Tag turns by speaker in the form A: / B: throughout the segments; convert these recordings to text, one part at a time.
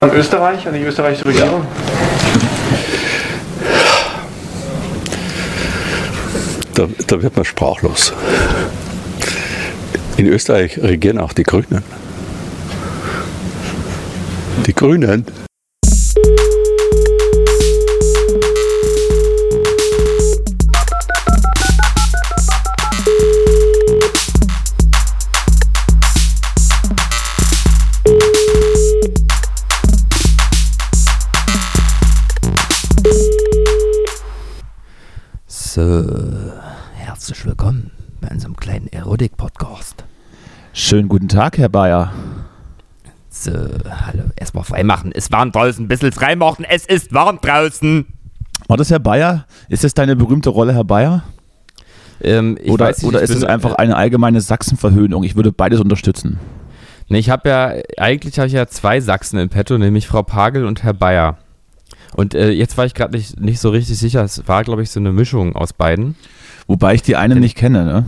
A: An Österreich, an die österreichische Regierung?
B: Da, da wird man sprachlos. In Österreich regieren auch die Grünen. Die Grünen.
C: So, herzlich willkommen bei unserem kleinen Erotik-Podcast.
D: Schönen guten Tag, Herr Bayer.
C: So, hallo, erstmal freimachen. Es warm draußen, ein bisschen freimachen. Es ist warm draußen.
D: War das Herr Bayer? Ist das deine berühmte Rolle, Herr Bayer?
C: Ähm, ich
D: oder
C: weiß nicht,
D: oder
C: ich äh,
D: ist
C: bin-
D: es einfach eine allgemeine Sachsenverhöhnung? Ich würde beides unterstützen.
C: äh, Nee, ich habe ja, eigentlich habe ich ja zwei Sachsen im Petto, nämlich Frau Pagel und Herr Bayer. Und äh, jetzt war ich gerade nicht, nicht so richtig sicher. Es war, glaube ich, so eine Mischung aus beiden.
D: Wobei ich die eine nicht kenne, ne?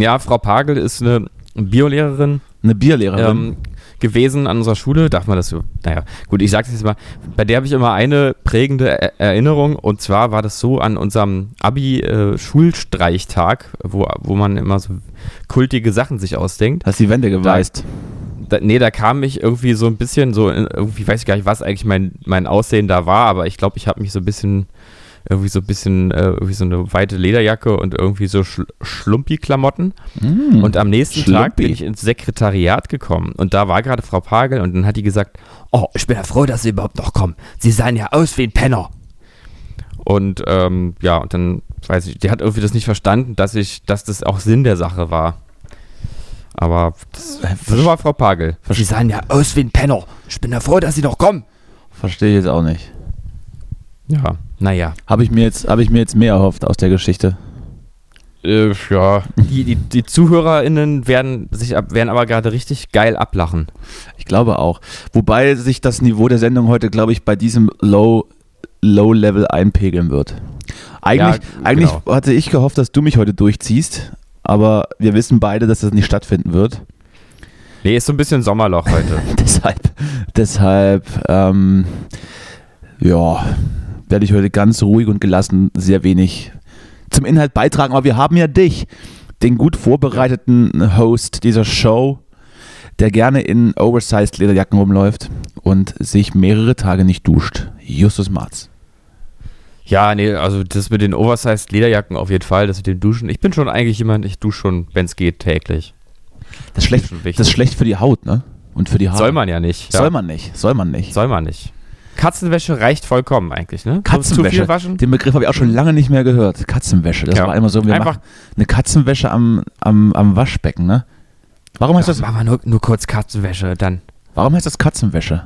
C: Ja, Frau Pagel ist eine Biolehrerin
D: Eine Bierlehrerin.
C: ähm, gewesen an unserer Schule. Darf man das so? Naja, gut, ich sag's jetzt mal. Bei der habe ich immer eine prägende Er- Erinnerung. Und zwar war das so an unserem Abi-Schulstreichtag, wo, wo man immer so kultige Sachen sich ausdenkt.
D: Hast die Wände geweist.
C: da, nee, da kam ich irgendwie so ein bisschen so, in, irgendwie weiß ich gar nicht, was eigentlich mein, mein Aussehen da war, aber ich glaube, ich habe mich so ein bisschen, irgendwie so ein bisschen, äh, irgendwie so eine weite Lederjacke und irgendwie so schl Schlumpi-Klamotten. Und am nächsten Tag
D: Schlumpi.
C: bin ich ins Sekretariat gekommen und da war gerade Frau Pagel und dann hat die gesagt, oh, ich bin ja froh, dass Sie überhaupt noch kommen. Sie sahen ja aus wie ein Penner. Und ähm, ja, und dann weiß ich, die hat irgendwie das nicht verstanden, dass ich, dass das auch Sinn der Sache war. Aber das, so war Frau Pagel.
E: Äh, Sie sahen ja aus wie ein Penner. Ich bin ja froh, dass Sie noch kommen.
D: Verstehe ich jetzt auch nicht.
C: Ja, naja.
D: Habe ich, mir jetzt- habe ich mir jetzt mehr erhofft aus der Geschichte.
C: Äh, ja. Die, die, die ZuhörerInnen werden sich ab, werden aber gerade richtig geil ablachen.
D: Ich glaube auch. Wobei sich das Niveau der Sendung heute, glaube ich, bei diesem Low, Low Level einpegeln wird. Eigentlich,
C: Ja,
D: eigentlich
C: genau.
D: hatte ich gehofft, dass du mich heute durchziehst, aber wir wissen beide, dass das nicht stattfinden wird.
C: Nee, ist so ein bisschen Sommerloch heute.
D: deshalb, deshalb, ähm, ja, werde ich heute ganz ruhig und gelassen sehr wenig zum Inhalt beitragen. Aber wir haben ja dich, den gut vorbereiteten Host dieser Show, der gerne in oversized Lederjacken rumläuft und sich mehrere Tage nicht duscht. Justus Marz.
C: ja, nee, also das mit den Oversized Lederjacken auf jeden Fall, das mit dem Duschen. Ich bin schon eigentlich jemand, ich dusche schon, wenn es geht, täglich.
D: Das ist schlecht,
C: schon wichtig.
D: das ist schlecht für die Haut, ne? Und für die Haare.
C: Soll man ja nicht. Ja.
D: Soll man nicht, soll man nicht.
C: Soll man nicht. Katzenwäsche reicht vollkommen eigentlich, ne?
D: Katzenwäsche.
C: Zu viel waschen?
D: Den Begriff habe ich auch schon lange nicht mehr gehört. Katzenwäsche. Das
C: Ja.
D: war immer so, wir
C: Einfach-
D: machen eine Katzenwäsche am, am, am Waschbecken, ne? Warum heißt, das,
C: Machen wir nur, nur kurz Katzenwäsche, dann.
D: warum heißt das Katzenwäsche?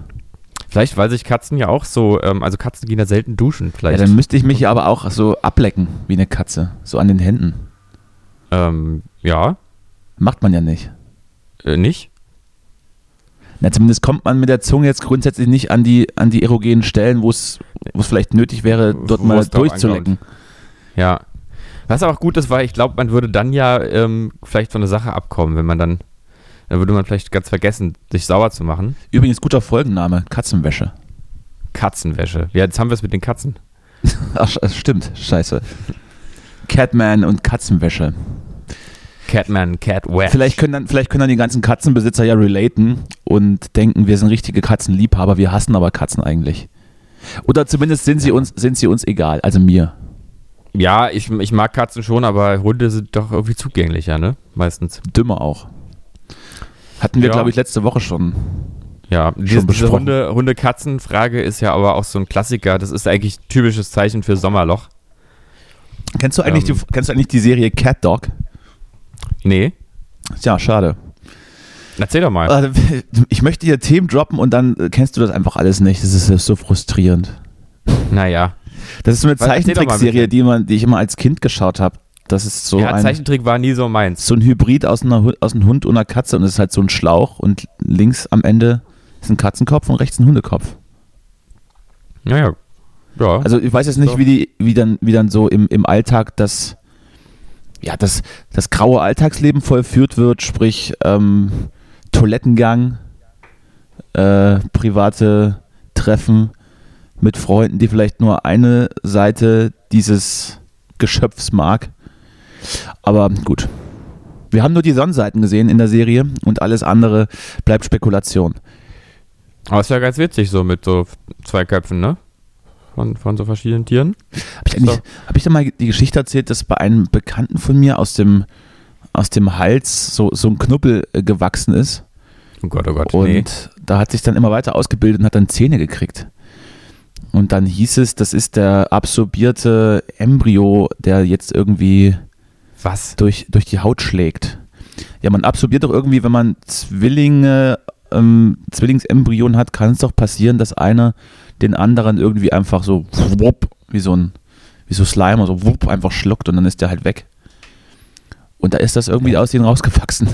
C: Vielleicht, weil sich Katzen ja auch so, ähm, also Katzen gehen ja selten duschen,
D: Ja,
C: vielleicht.
D: dann müsste ich mich ja aber auch so ablecken wie eine Katze. So an den Händen.
C: ähm, ja
D: Macht man ja nicht.
C: äh, nicht?
D: Na, zumindest kommt man mit der Zunge jetzt grundsätzlich nicht an die, an die erogenen Stellen, wo es wo es vielleicht nötig wäre, dort
C: Wo
D: mal
C: es drauf
D: durchzulecken.
C: Ja. Was aber auch gut ist, weil ich glaube, man würde dann ja ähm, vielleicht von der Sache abkommen, wenn man dann, dann würde man vielleicht ganz vergessen, sich sauer zu machen.
D: Übrigens, guter Folgenname: Katzenwäsche.
C: Katzenwäsche. Ja, jetzt haben wir es mit den Katzen.
D: Ach, sch- stimmt. Scheiße. Catman und Katzenwäsche.
C: Catman, Catwash.
D: Vielleicht können, dann, vielleicht können dann die ganzen Katzenbesitzer ja relaten und denken, wir sind richtige Katzenliebhaber, wir hassen aber Katzen eigentlich. Oder zumindest sind sie uns, sind sie uns egal, also mir.
C: Ja, ich, ich mag Katzen schon, aber Hunde sind doch irgendwie zugänglicher, ne? Meistens.
D: Dümmer auch. Hatten wir,
C: Ja.
D: glaube ich, letzte Woche schon.
C: Ja, diese, diese
D: besprochen.
C: Hunde- Hunde-Katzen-Frage ist ja aber auch so ein Klassiker. Das ist eigentlich ein typisches Zeichen für Sommerloch.
D: Kennst du eigentlich,
C: Ähm.
D: die, kennst du eigentlich die Serie Cat Dog?
C: Nee.
D: Ja, schade.
C: Erzähl doch mal.
D: Also, Ich möchte hier Themen droppen und dann äh, kennst du das einfach alles nicht. Das ist so frustrierend.
C: Naja.
D: Das ist so eine
C: Was- erzähl doch mal ein
D: Zeichentrickserie, die, man- die ich immer als Kind geschaut habe. Das ist so
C: ja,
D: ein
C: Zeichentrick war nie so meins.
D: so ein Hybrid aus, einer, Hu- aus einem Hund und einer Katze und es ist halt so ein Schlauch und links am Ende ist ein Katzenkopf und rechts ein Hundekopf.
C: Naja. Ja.
D: Also ich weiß jetzt nicht,
C: So.
D: wie die, wie dann, wie dann so im, im Alltag das, ja, das, das graue Alltagsleben vollführt wird, sprich ähm, Toilettengang, äh, private Treffen mit Freunden, die vielleicht nur eine Seite dieses Geschöpfs mag. Aber gut. Wir haben nur die Sonnenseiten gesehen in der Serie und alles andere bleibt Spekulation.
C: Aber ist ja ganz witzig so mit so zwei Köpfen, ne? Von, von so verschiedenen Tieren.
D: Hab ich, eigentlich- hab ich da mal die Geschichte erzählt, dass bei einem Bekannten von mir aus dem, aus dem Hals so, so ein Knubbel äh, gewachsen ist?
C: Oh Gott, oh Gott.
D: Und da hat sich dann immer weiter ausgebildet und hat dann Zähne gekriegt. Und dann hieß es, das ist der absorbierte Embryo, der jetzt irgendwie
C: Was?
D: durch, durch die Haut schlägt. Ja, man absorbiert doch irgendwie, wenn man Zwillinge, ähm, Zwillingsembryonen hat, kann es doch passieren, dass einer den anderen irgendwie einfach so wupp, wie so ein wie so Slime, so wupp, einfach schluckt und dann ist der halt weg. Und da ist das irgendwie aus denen rausgewachsen.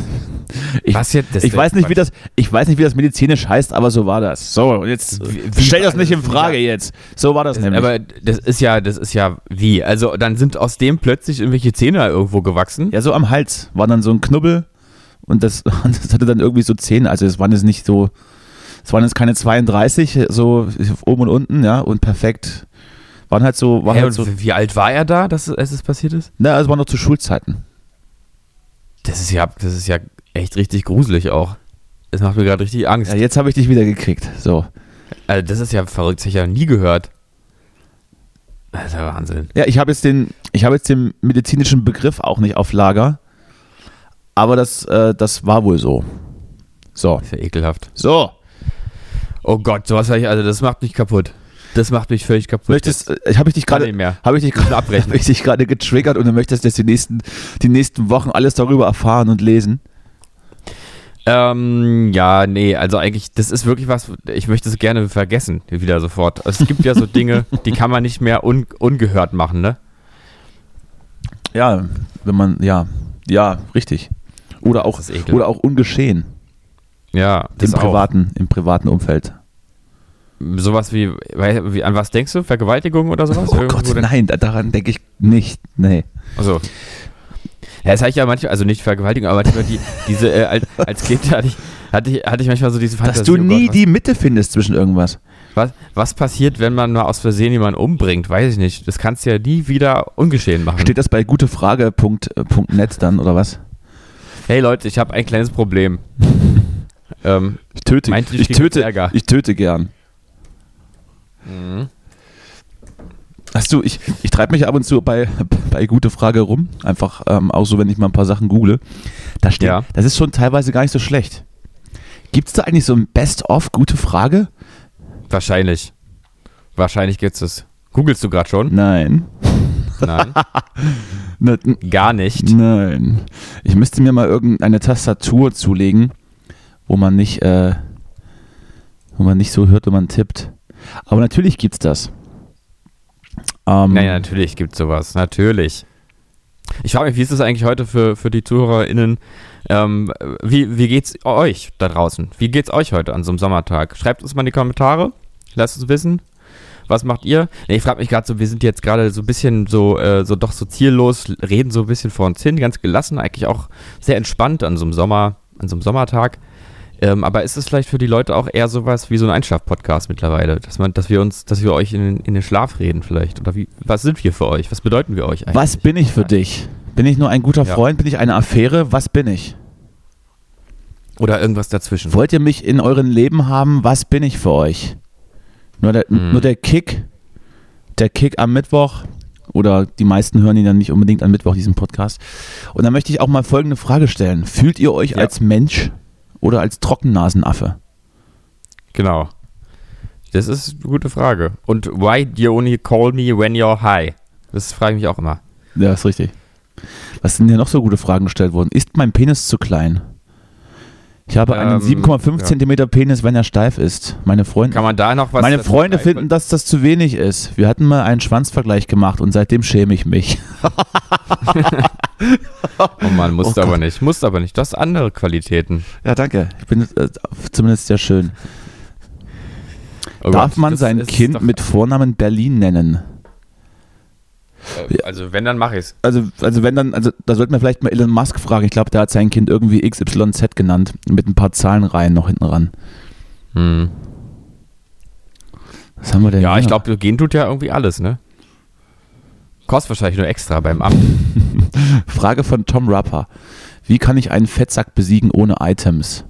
D: Ich,
C: Was jetzt? Das
D: ich
C: ist
D: weiß nicht, wie
C: Quatsch.
D: das, ich weiß nicht, wie das medizinisch heißt, aber so war das. So, und jetzt stell das Äh, nicht in Frage jetzt. So war das nämlich.
C: Aber das ist ja, das ist ja wie? Also dann sind aus dem plötzlich irgendwelche Zähne irgendwo gewachsen.
D: Ja, so am Hals war dann so ein Knubbel und das, und das hatte dann irgendwie so Zähne. Also es waren jetzt nicht so, es waren jetzt keine 32, so oben und unten, ja, und perfekt. Waren halt so, waren
C: Hä,
D: halt
C: und
D: so,
C: wie- wie alt war er da, dass es, als es passiert ist?
D: na, es waren noch zu Schulzeiten.
C: Das ist ja, das ist ja echt richtig gruselig auch. Das macht mir gerade richtig Angst.
D: Ja, jetzt habe ich dich wieder gekriegt. So.
C: Also das ist ja verrückt, das hab ich ja nie gehört. Das ist ja Wahnsinn.
D: Ja, ich habe jetzt den, ich habe jetzt den medizinischen Begriff auch nicht auf Lager, aber das, äh, das war wohl so. So.
C: Das ist ja ekelhaft.
D: So.
C: Oh Gott, sowas hab ich, also das macht mich kaputt. Das macht mich völlig kaputt.
D: Möchtest, äh, habe ich dich
C: Kann
D: gerade,
C: nicht mehr.
D: habe ich dich gerade
C: abbrechen.
D: hab ich dich gerade getriggert und du möchtest jetzt die nächsten, die nächsten Wochen alles darüber erfahren und lesen.
C: Ähm, ja, nee, also eigentlich, das ist wirklich was, ich möchte es gerne vergessen, wieder sofort. Also, Es gibt ja so Dinge, die kann man nicht mehr un ungehört machen, ne?
D: Ja, wenn man, ja, ja, richtig. Oder auch,
C: Das ist ekelhaft.
D: oder auch ungeschehen
C: Ja, das
D: im
C: auch.
D: privaten, im privaten Umfeld.
C: Sowas wie, wei- wie, an was denkst du? Vergewaltigung oder sowas?
D: Oh
C: Irgendwo
D: Gott,
C: denn-
D: nein, da- daran denke ich nicht. Nee.
C: Also. Ja, das habe ich ja manchmal, also nicht Vergewaltigung, aber manchmal die, diese, äh, als, als Kind hatte ich, hatte, ich, hatte ich manchmal so diese Fantasie.
D: Dass du
C: oh Gott,
D: nie
C: was-
D: die Mitte findest zwischen irgendwas.
C: Was, was passiert, wenn man mal aus Versehen jemanden umbringt? Weiß ich nicht. Das kannst du ja nie wieder ungeschehen machen.
D: Steht das bei gutefrage.net dann oder was?
C: Hey Leute, ich habe ein kleines Problem. ähm,
D: Ich töte,
C: Meint ihr,
D: ich
C: kriegt
D: töte,
C: Ärger? Mhm.
D: ich töte gern. Hast du, ich, ich treibe mich ab und zu bei, bei gute Frage rum, einfach ähm, auch so, wenn ich mal ein paar Sachen google. Da steht,
C: Ja.
D: das ist schon teilweise gar nicht so schlecht. Gibt es da eigentlich so ein Best-of gute Frage?
C: wahrscheinlich. Wahrscheinlich gibt's es. Googlest du gerade schon?
D: Nein.
C: Nein.
D: Ne- n-
C: Gar nicht.
D: Nein. Ich müsste mir mal irgendeine Tastatur zulegen, wo man nicht, äh, wo man nicht so hört, wenn man tippt. Aber natürlich gibt's das. Ähm,
C: Naja, natürlich gibt's sowas. Natürlich. Ich frage mich, wie ist es eigentlich heute für, für die ZuhörerInnen? Ähm, wie, wie geht's euch da draußen? Wie geht's euch heute an so einem Sommertag? Schreibt uns mal in die Kommentare. Lasst uns wissen. Was macht ihr? Nee, ich frage mich gerade so, wir sind jetzt gerade so ein bisschen so, äh, so doch so ziellos, reden so ein bisschen vor uns hin, ganz gelassen, eigentlich auch sehr entspannt an so einem Sommer, an so einem Sommertag. Ähm, aber ist es vielleicht für die Leute auch eher sowas wie so ein Einschlaf-Podcast mittlerweile? Dass man, dass wir uns, dass wir euch in, in den Schlaf reden vielleicht? Oder wie, was sind wir für euch? Was bedeuten wir euch eigentlich?
D: Was bin ich für dich? Bin ich nur ein guter
C: Ja.
D: Freund? Bin ich eine Affäre? Was bin ich?
C: Oder irgendwas dazwischen?
D: Wollt ihr mich in euren Leben haben? Was bin ich für euch? Nur der,
C: Mhm.
D: nur der Kick, der Kick am Mittwoch oder die meisten hören ihn dann nicht unbedingt am Mittwoch, diesen Podcast. Und dann möchte ich auch mal folgende Frage stellen. Fühlt ihr euch
C: Ja.
D: als Mensch oder als Trockennasenaffe?
C: Genau. Das ist eine gute Frage. Und why do you only call me when you're high? Das frage ich mich auch immer.
D: Ja, ist richtig. Was sind hier noch so gute Fragen gestellt worden? Ist mein Penis zu klein? Ich habe
C: Ähm,
D: einen 7,5
C: ja.
D: Zentimeter Penis, wenn er steif ist. Meine Freunde,
C: Kann man da noch was
D: Meine
C: dazu
D: Freunde
C: schreiben?
D: finden, dass das zu wenig ist. Wir hatten mal einen Schwanzvergleich gemacht und seitdem schäme ich mich.
C: Oh Mann, musst
D: Oh
C: du aber nicht. Musst du aber nicht. Du hast andere Qualitäten.
D: Ja, danke. Ich bin äh, zumindest sehr schön.
C: Oh
D: Darf
C: Gott,
D: man
C: das
D: sein
C: ist
D: Kind
C: doch-
D: mit Vornamen Berlin nennen?
C: äh, Also wenn, dann mach ich's.
D: Also, also wenn dann, also da sollten wir vielleicht mal Elon Musk fragen. Ich glaube, der hat sein Kind irgendwie XYZ genannt, mit ein paar Zahlenreihen noch hinten ran.
C: Hm.
F: Was haben wir denn?
C: Ja,
F: hier?
C: ich glaube, gehen tut ja irgendwie alles, ne? Kostet wahrscheinlich nur extra beim Amt.
F: Frage von Tom Rapper. Wie kann ich einen Fettsack besiegen ohne Items?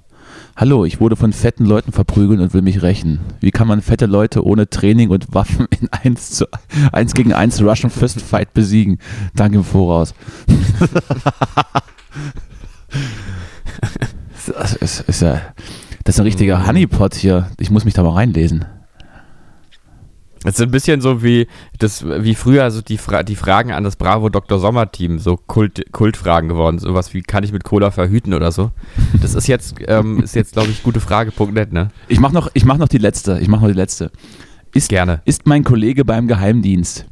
F: Hallo, ich wurde von fetten Leuten verprügeln und will mich rächen. Wie kann man fette Leute ohne Training und Waffen in 1, zu, 1 gegen 1 Russian Fist Fight besiegen? Danke im Voraus. das, ist, ist ja, das ist ein richtiger Honeypot hier. Ich muss mich da mal reinlesen.
C: Es ist ein bisschen so wie das, wie früher so die, Fra die Fragen an das Bravo Dr. Sommer Team, so Kult, Kultfragen geworden, sowas wie kann ich mit Cola verhüten oder so. Das ist jetzt, ähm, ist jetzt glaube ich gute Frage.net, ne?
F: Ich mach noch, ich mach noch die letzte. Ich mach noch die letzte. Ist,
C: Gerne.
F: Ist mein Kollege beim Geheimdienst?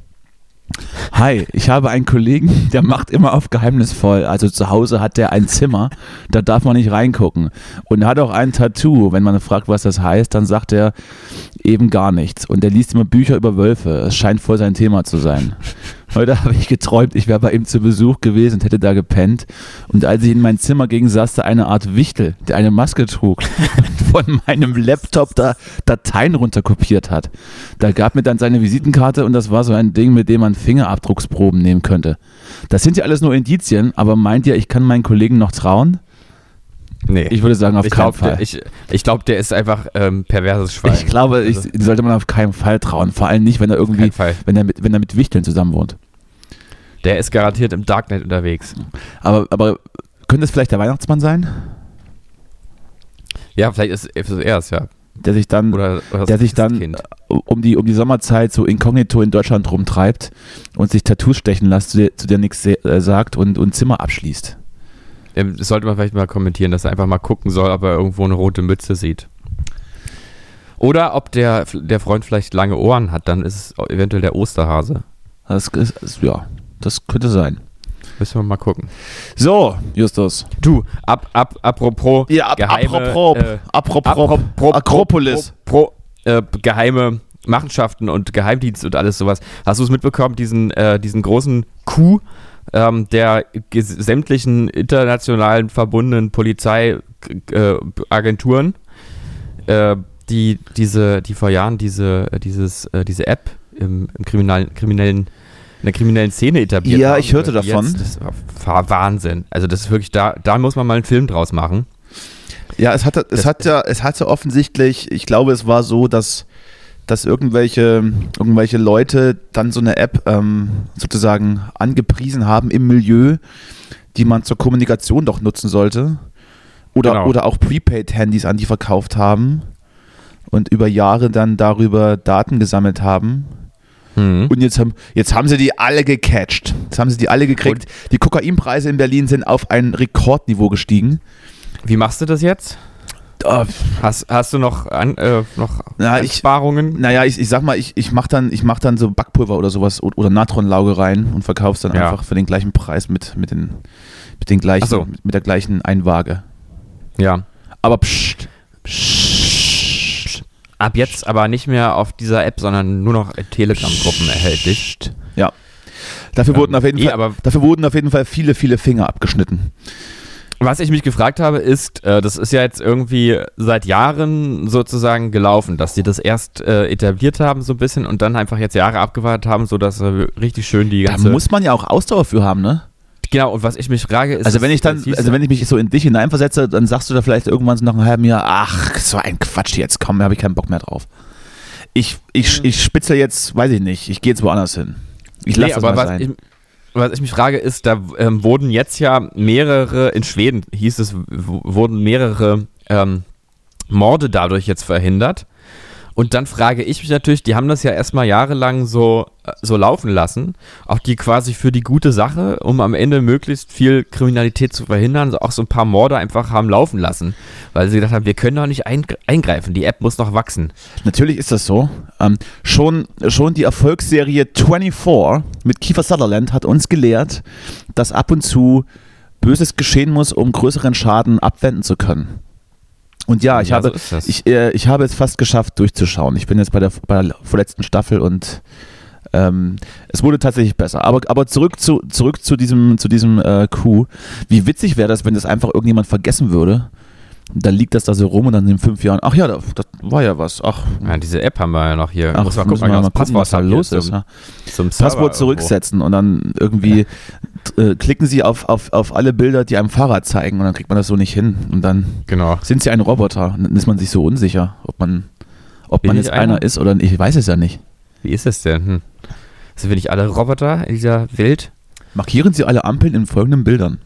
F: Hi, ich habe einen Kollegen, der macht immer auf geheimnisvoll. Also zu Hause hat der ein Zimmer, da darf man nicht reingucken. Und er hat auch ein Tattoo. Wenn man fragt, was das heißt, dann sagt er eben gar nichts. Und er liest immer Bücher über Wölfe. Es scheint voll sein Thema zu sein. Heute habe ich geträumt, ich wäre bei ihm zu Besuch gewesen und hätte da gepennt. Und als ich in mein Zimmer ging, saß da eine Art Wichtel, der eine Maske trug und von meinem Laptop da Dateien runterkopiert hat. Da gab mir dann seine Visitenkarte und das war so ein Ding, mit dem man Fingerabdrucksproben nehmen könnte. Das sind ja alles nur Indizien, aber meint ihr, ich kann meinen Kollegen noch trauen?
C: Nee.
F: Ich würde sagen, auf
C: ich
F: keinen
C: glaube,
F: Fall.
C: der, ich, ich glaub, der ist einfach ähm, perverses Schwein.
F: Ich glaube, ich,
C: Also,
F: sollte man auf keinen Fall trauen. Vor allem nicht, wenn er irgendwie,
C: keinen Fall.
F: wenn er mit, wenn er mit Wichteln zusammen wohnt.
C: der ist garantiert im Darknet unterwegs.
F: Aber, aber könnte es vielleicht der Weihnachtsmann sein,
C: Ja, vielleicht ist, ist er es ja.
F: der sich dann
C: Oder, oder
F: der
C: das
F: sich dann
C: Kind.
F: um die, um die Sommerzeit so inkognito in Deutschland rumtreibt und sich Tattoos stechen lässt, zu der, zu der nichts se- äh, sagt und, und Zimmer abschließt.
C: Ähm, Das sollte man vielleicht mal kommentieren, dass er einfach mal gucken soll, ob er irgendwo eine rote Mütze sieht. Oder ob der, der Freund vielleicht lange Ohren hat, dann ist es eventuell der Osterhase.
F: Das ist, ist- ja, das könnte sein.
C: Müssen wir mal gucken.
F: So, Justus.
C: Du, ab, ab, apropos. geheime, äh,
F: apropos,
C: apropos- Pro, pro, äh, geheime Machenschaften und Geheimdienst und alles sowas. Hast du es mitbekommen, diesen, äh, diesen großen Coup ähm, der ges- sämtlichen internationalen verbundenen Polizeiagenturen, äh, die diese, die vor Jahren diese, dieses, äh, diese App im, im kriminellen, kriminellen in der kriminellen Szene etabliert
F: Ja,
C: haben.
F: ich hörte
C: Jetzt,
F: davon.
C: Das war Wahnsinn. Also das ist wirklich, da, da muss man mal einen Film draus machen.
D: Ja, es hatte, es
C: Das-
D: hat ja, es hatte offensichtlich, ich glaube, es war so, dass, dass irgendwelche, irgendwelche Leute dann so eine App ähm, sozusagen angepriesen haben im Milieu, die man zur Kommunikation doch nutzen sollte. Oder,
C: Genau.
D: oder auch Prepaid-Handys an die verkauft haben und über Jahre dann darüber Daten gesammelt haben.
C: Mhm.
D: Und jetzt haben, jetzt haben sie die alle gecatcht. Jetzt haben sie die alle gekriegt. die Kokainpreise in Berlin sind auf ein Rekordniveau gestiegen.
C: Wie machst du das jetzt?
D: Ah,
C: Hast, hast du noch, an, äh, noch
D: Na, ich-
C: Einsparungen?
D: Naja, ich, ich sag mal, ich, ich mach dann, ich mach dann so Backpulver oder sowas o- oder Natronlauge rein und verkauf's dann
C: Ja.
D: einfach für den gleichen Preis mit, mit, den, mit, den gleichen,
C: Ach so.
D: mit, mit der gleichen Einwaage.
C: ja.
D: Aber psst, psst,
C: Ab jetzt aber nicht mehr auf dieser App, sondern nur noch in Telegram-Gruppen erhältlich.
D: Ja. Dafür,
C: Ähm,
D: wurden auf jeden
C: eh,
D: Fall,
C: aber-
D: dafür wurden auf jeden Fall viele, viele Finger abgeschnitten.
C: Was ich mich gefragt habe, ist, äh, das ist ja jetzt irgendwie seit Jahren sozusagen gelaufen, dass sie das erst äh, etabliert haben so ein bisschen und dann einfach jetzt Jahre abgewartet haben, sodass äh, richtig schön die
F: Da
C: ganze...
F: muss man ja auch Ausdauer für haben, ne?
C: genau, und was ich mich frage ist...
F: Also wenn ich dann,
C: es hieß-
F: also wenn ich mich so in dich hineinversetze, dann sagst du da vielleicht irgendwann so nach einem halben Jahr, ach, so ein Quatsch jetzt, komm, da habe ich keinen Bock mehr drauf.
D: Ich,
C: Hm.
D: ich, ich spitze jetzt, weiß ich nicht, ich gehe jetzt woanders hin.
F: Ich
C: Nee,
F: lasse das
C: aber
F: mal
C: was
F: sein.
C: Ich, was ich mich frage, ist, da ähm, wurden jetzt ja mehrere, in Schweden hieß es, w- wurden mehrere ähm, Morde dadurch jetzt verhindert. Und dann frage ich mich natürlich, die haben das ja erstmal jahrelang so, äh, so laufen lassen, auch die quasi für die gute Sache, um am Ende möglichst viel Kriminalität zu verhindern, auch so ein paar Morde einfach haben laufen lassen, weil sie gedacht haben, wir können doch nicht eingre- eingreifen, die App muss noch wachsen.
D: Natürlich ist das so. Ähm, schon, schon die Erfolgsserie 24 mit Kiefer Sutherland hat uns gelehrt, dass ab und zu Böses geschehen muss, um größeren Schaden abwenden zu können. Und ja, ich,
C: Ja,
D: habe,
C: so ist das.
D: ich, äh, ich habe es fast geschafft, durchzuschauen. Ich bin jetzt bei der, bei der vorletzten Staffel und ähm, es wurde tatsächlich besser. Aber, aber zurück zu, zurück zu diesem, zu diesem äh, Coup. Wie witzig wäre das, wenn das einfach irgendjemand vergessen würde Dann liegt das da so rum und dann in fünf Jahren, ach ja, das, das war ja was. Ach,
C: Ja, diese App haben wir ja noch hier.
D: ach
C: Muss mal
D: müssen
C: gucken,
D: wir
C: ob
D: mal
C: das
D: gucken, was da
C: Passwort hier
D: los ist.
C: Zum,
D: Ja.
C: zum Server
D: Passwort zurücksetzen und dann irgendwie äh, klicken sie auf, auf, auf alle Bilder, die einem Fahrrad zeigen und dann kriegt man das so nicht hin. Und dann
C: Irgendwo. Genau.
D: sind sie ein Roboter. Und dann ist man sich so unsicher, ob man, ob man
C: Bin
D: jetzt
C: ich einer?
D: einer ist oder nicht. Ich weiß es ja nicht.
C: Wie ist das denn? Hm. Sind wir nicht alle Roboter in dieser Welt?
D: Markieren Sie alle Ampeln in folgenden Bildern.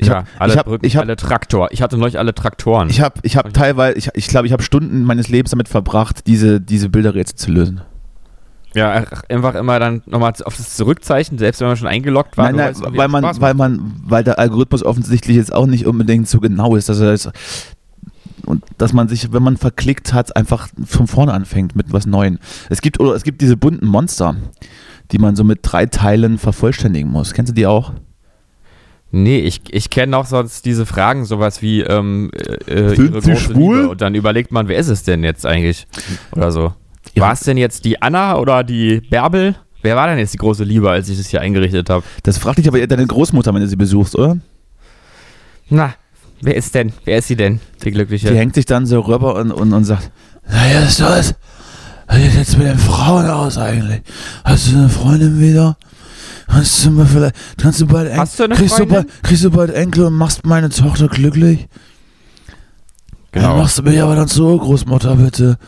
D: Ich hab-
C: alle
D: ich hab-
C: Brücken,
D: ich hab-
C: alle Traktor. Ich hatte neulich alle Traktoren.
D: Ich habe ich hab teilweise, ich glaube, ich, glaub, ich habe Stunden meines Lebens damit verbracht, diese, diese Bilderrätsel zu lösen.
C: ja, ach, einfach immer dann nochmal auf das Zurückzeichen, selbst wenn man schon eingeloggt war.
D: nein,
C: nur
D: nein,
C: weil's irgendwie
D: weil man,
C: Spaß
D: weil man, weil der Algorithmus offensichtlich jetzt auch nicht unbedingt so genau ist, dass er das, und dass man sich, wenn man verklickt hat, einfach von vorne anfängt mit was Neuem. Es gibt oder es gibt diese bunten Monster, die man so mit drei Teilen vervollständigen muss. Kennst du die auch?
C: Nee, ich, ich kenne auch sonst diese Fragen, sowas wie ähm, äh, äh,
D: Sind
C: ihre
D: Sie
C: große
D: schwul?
C: Liebe. Und dann überlegt man, wer ist es denn jetzt eigentlich? Oder so.
D: Ja.
C: War es denn jetzt die Anna oder die Bärbel? Wer war denn jetzt die große Liebe, als ich das hier eingerichtet habe?
D: Das fragt dich aber deine Großmutter, wenn du sie besuchst, oder?
C: Na, wer ist denn? Wer ist sie denn? Die glückliche.
D: Die hängt sich dann so rüber und, und, und sagt, naja, was soll das? Was sieht jetzt mit den Frauen aus eigentlich? Hast du eine Freundin wieder? Kannst du mal vielleicht, kannst du bald Enkel,
C: Hast du eine
D: kriegst, du
C: Freundin?
D: bald, kriegst du bald Enkel und machst meine Tochter glücklich? Dann
C: genau.
D: machst du mich aber dann so, Großmutter, bitte.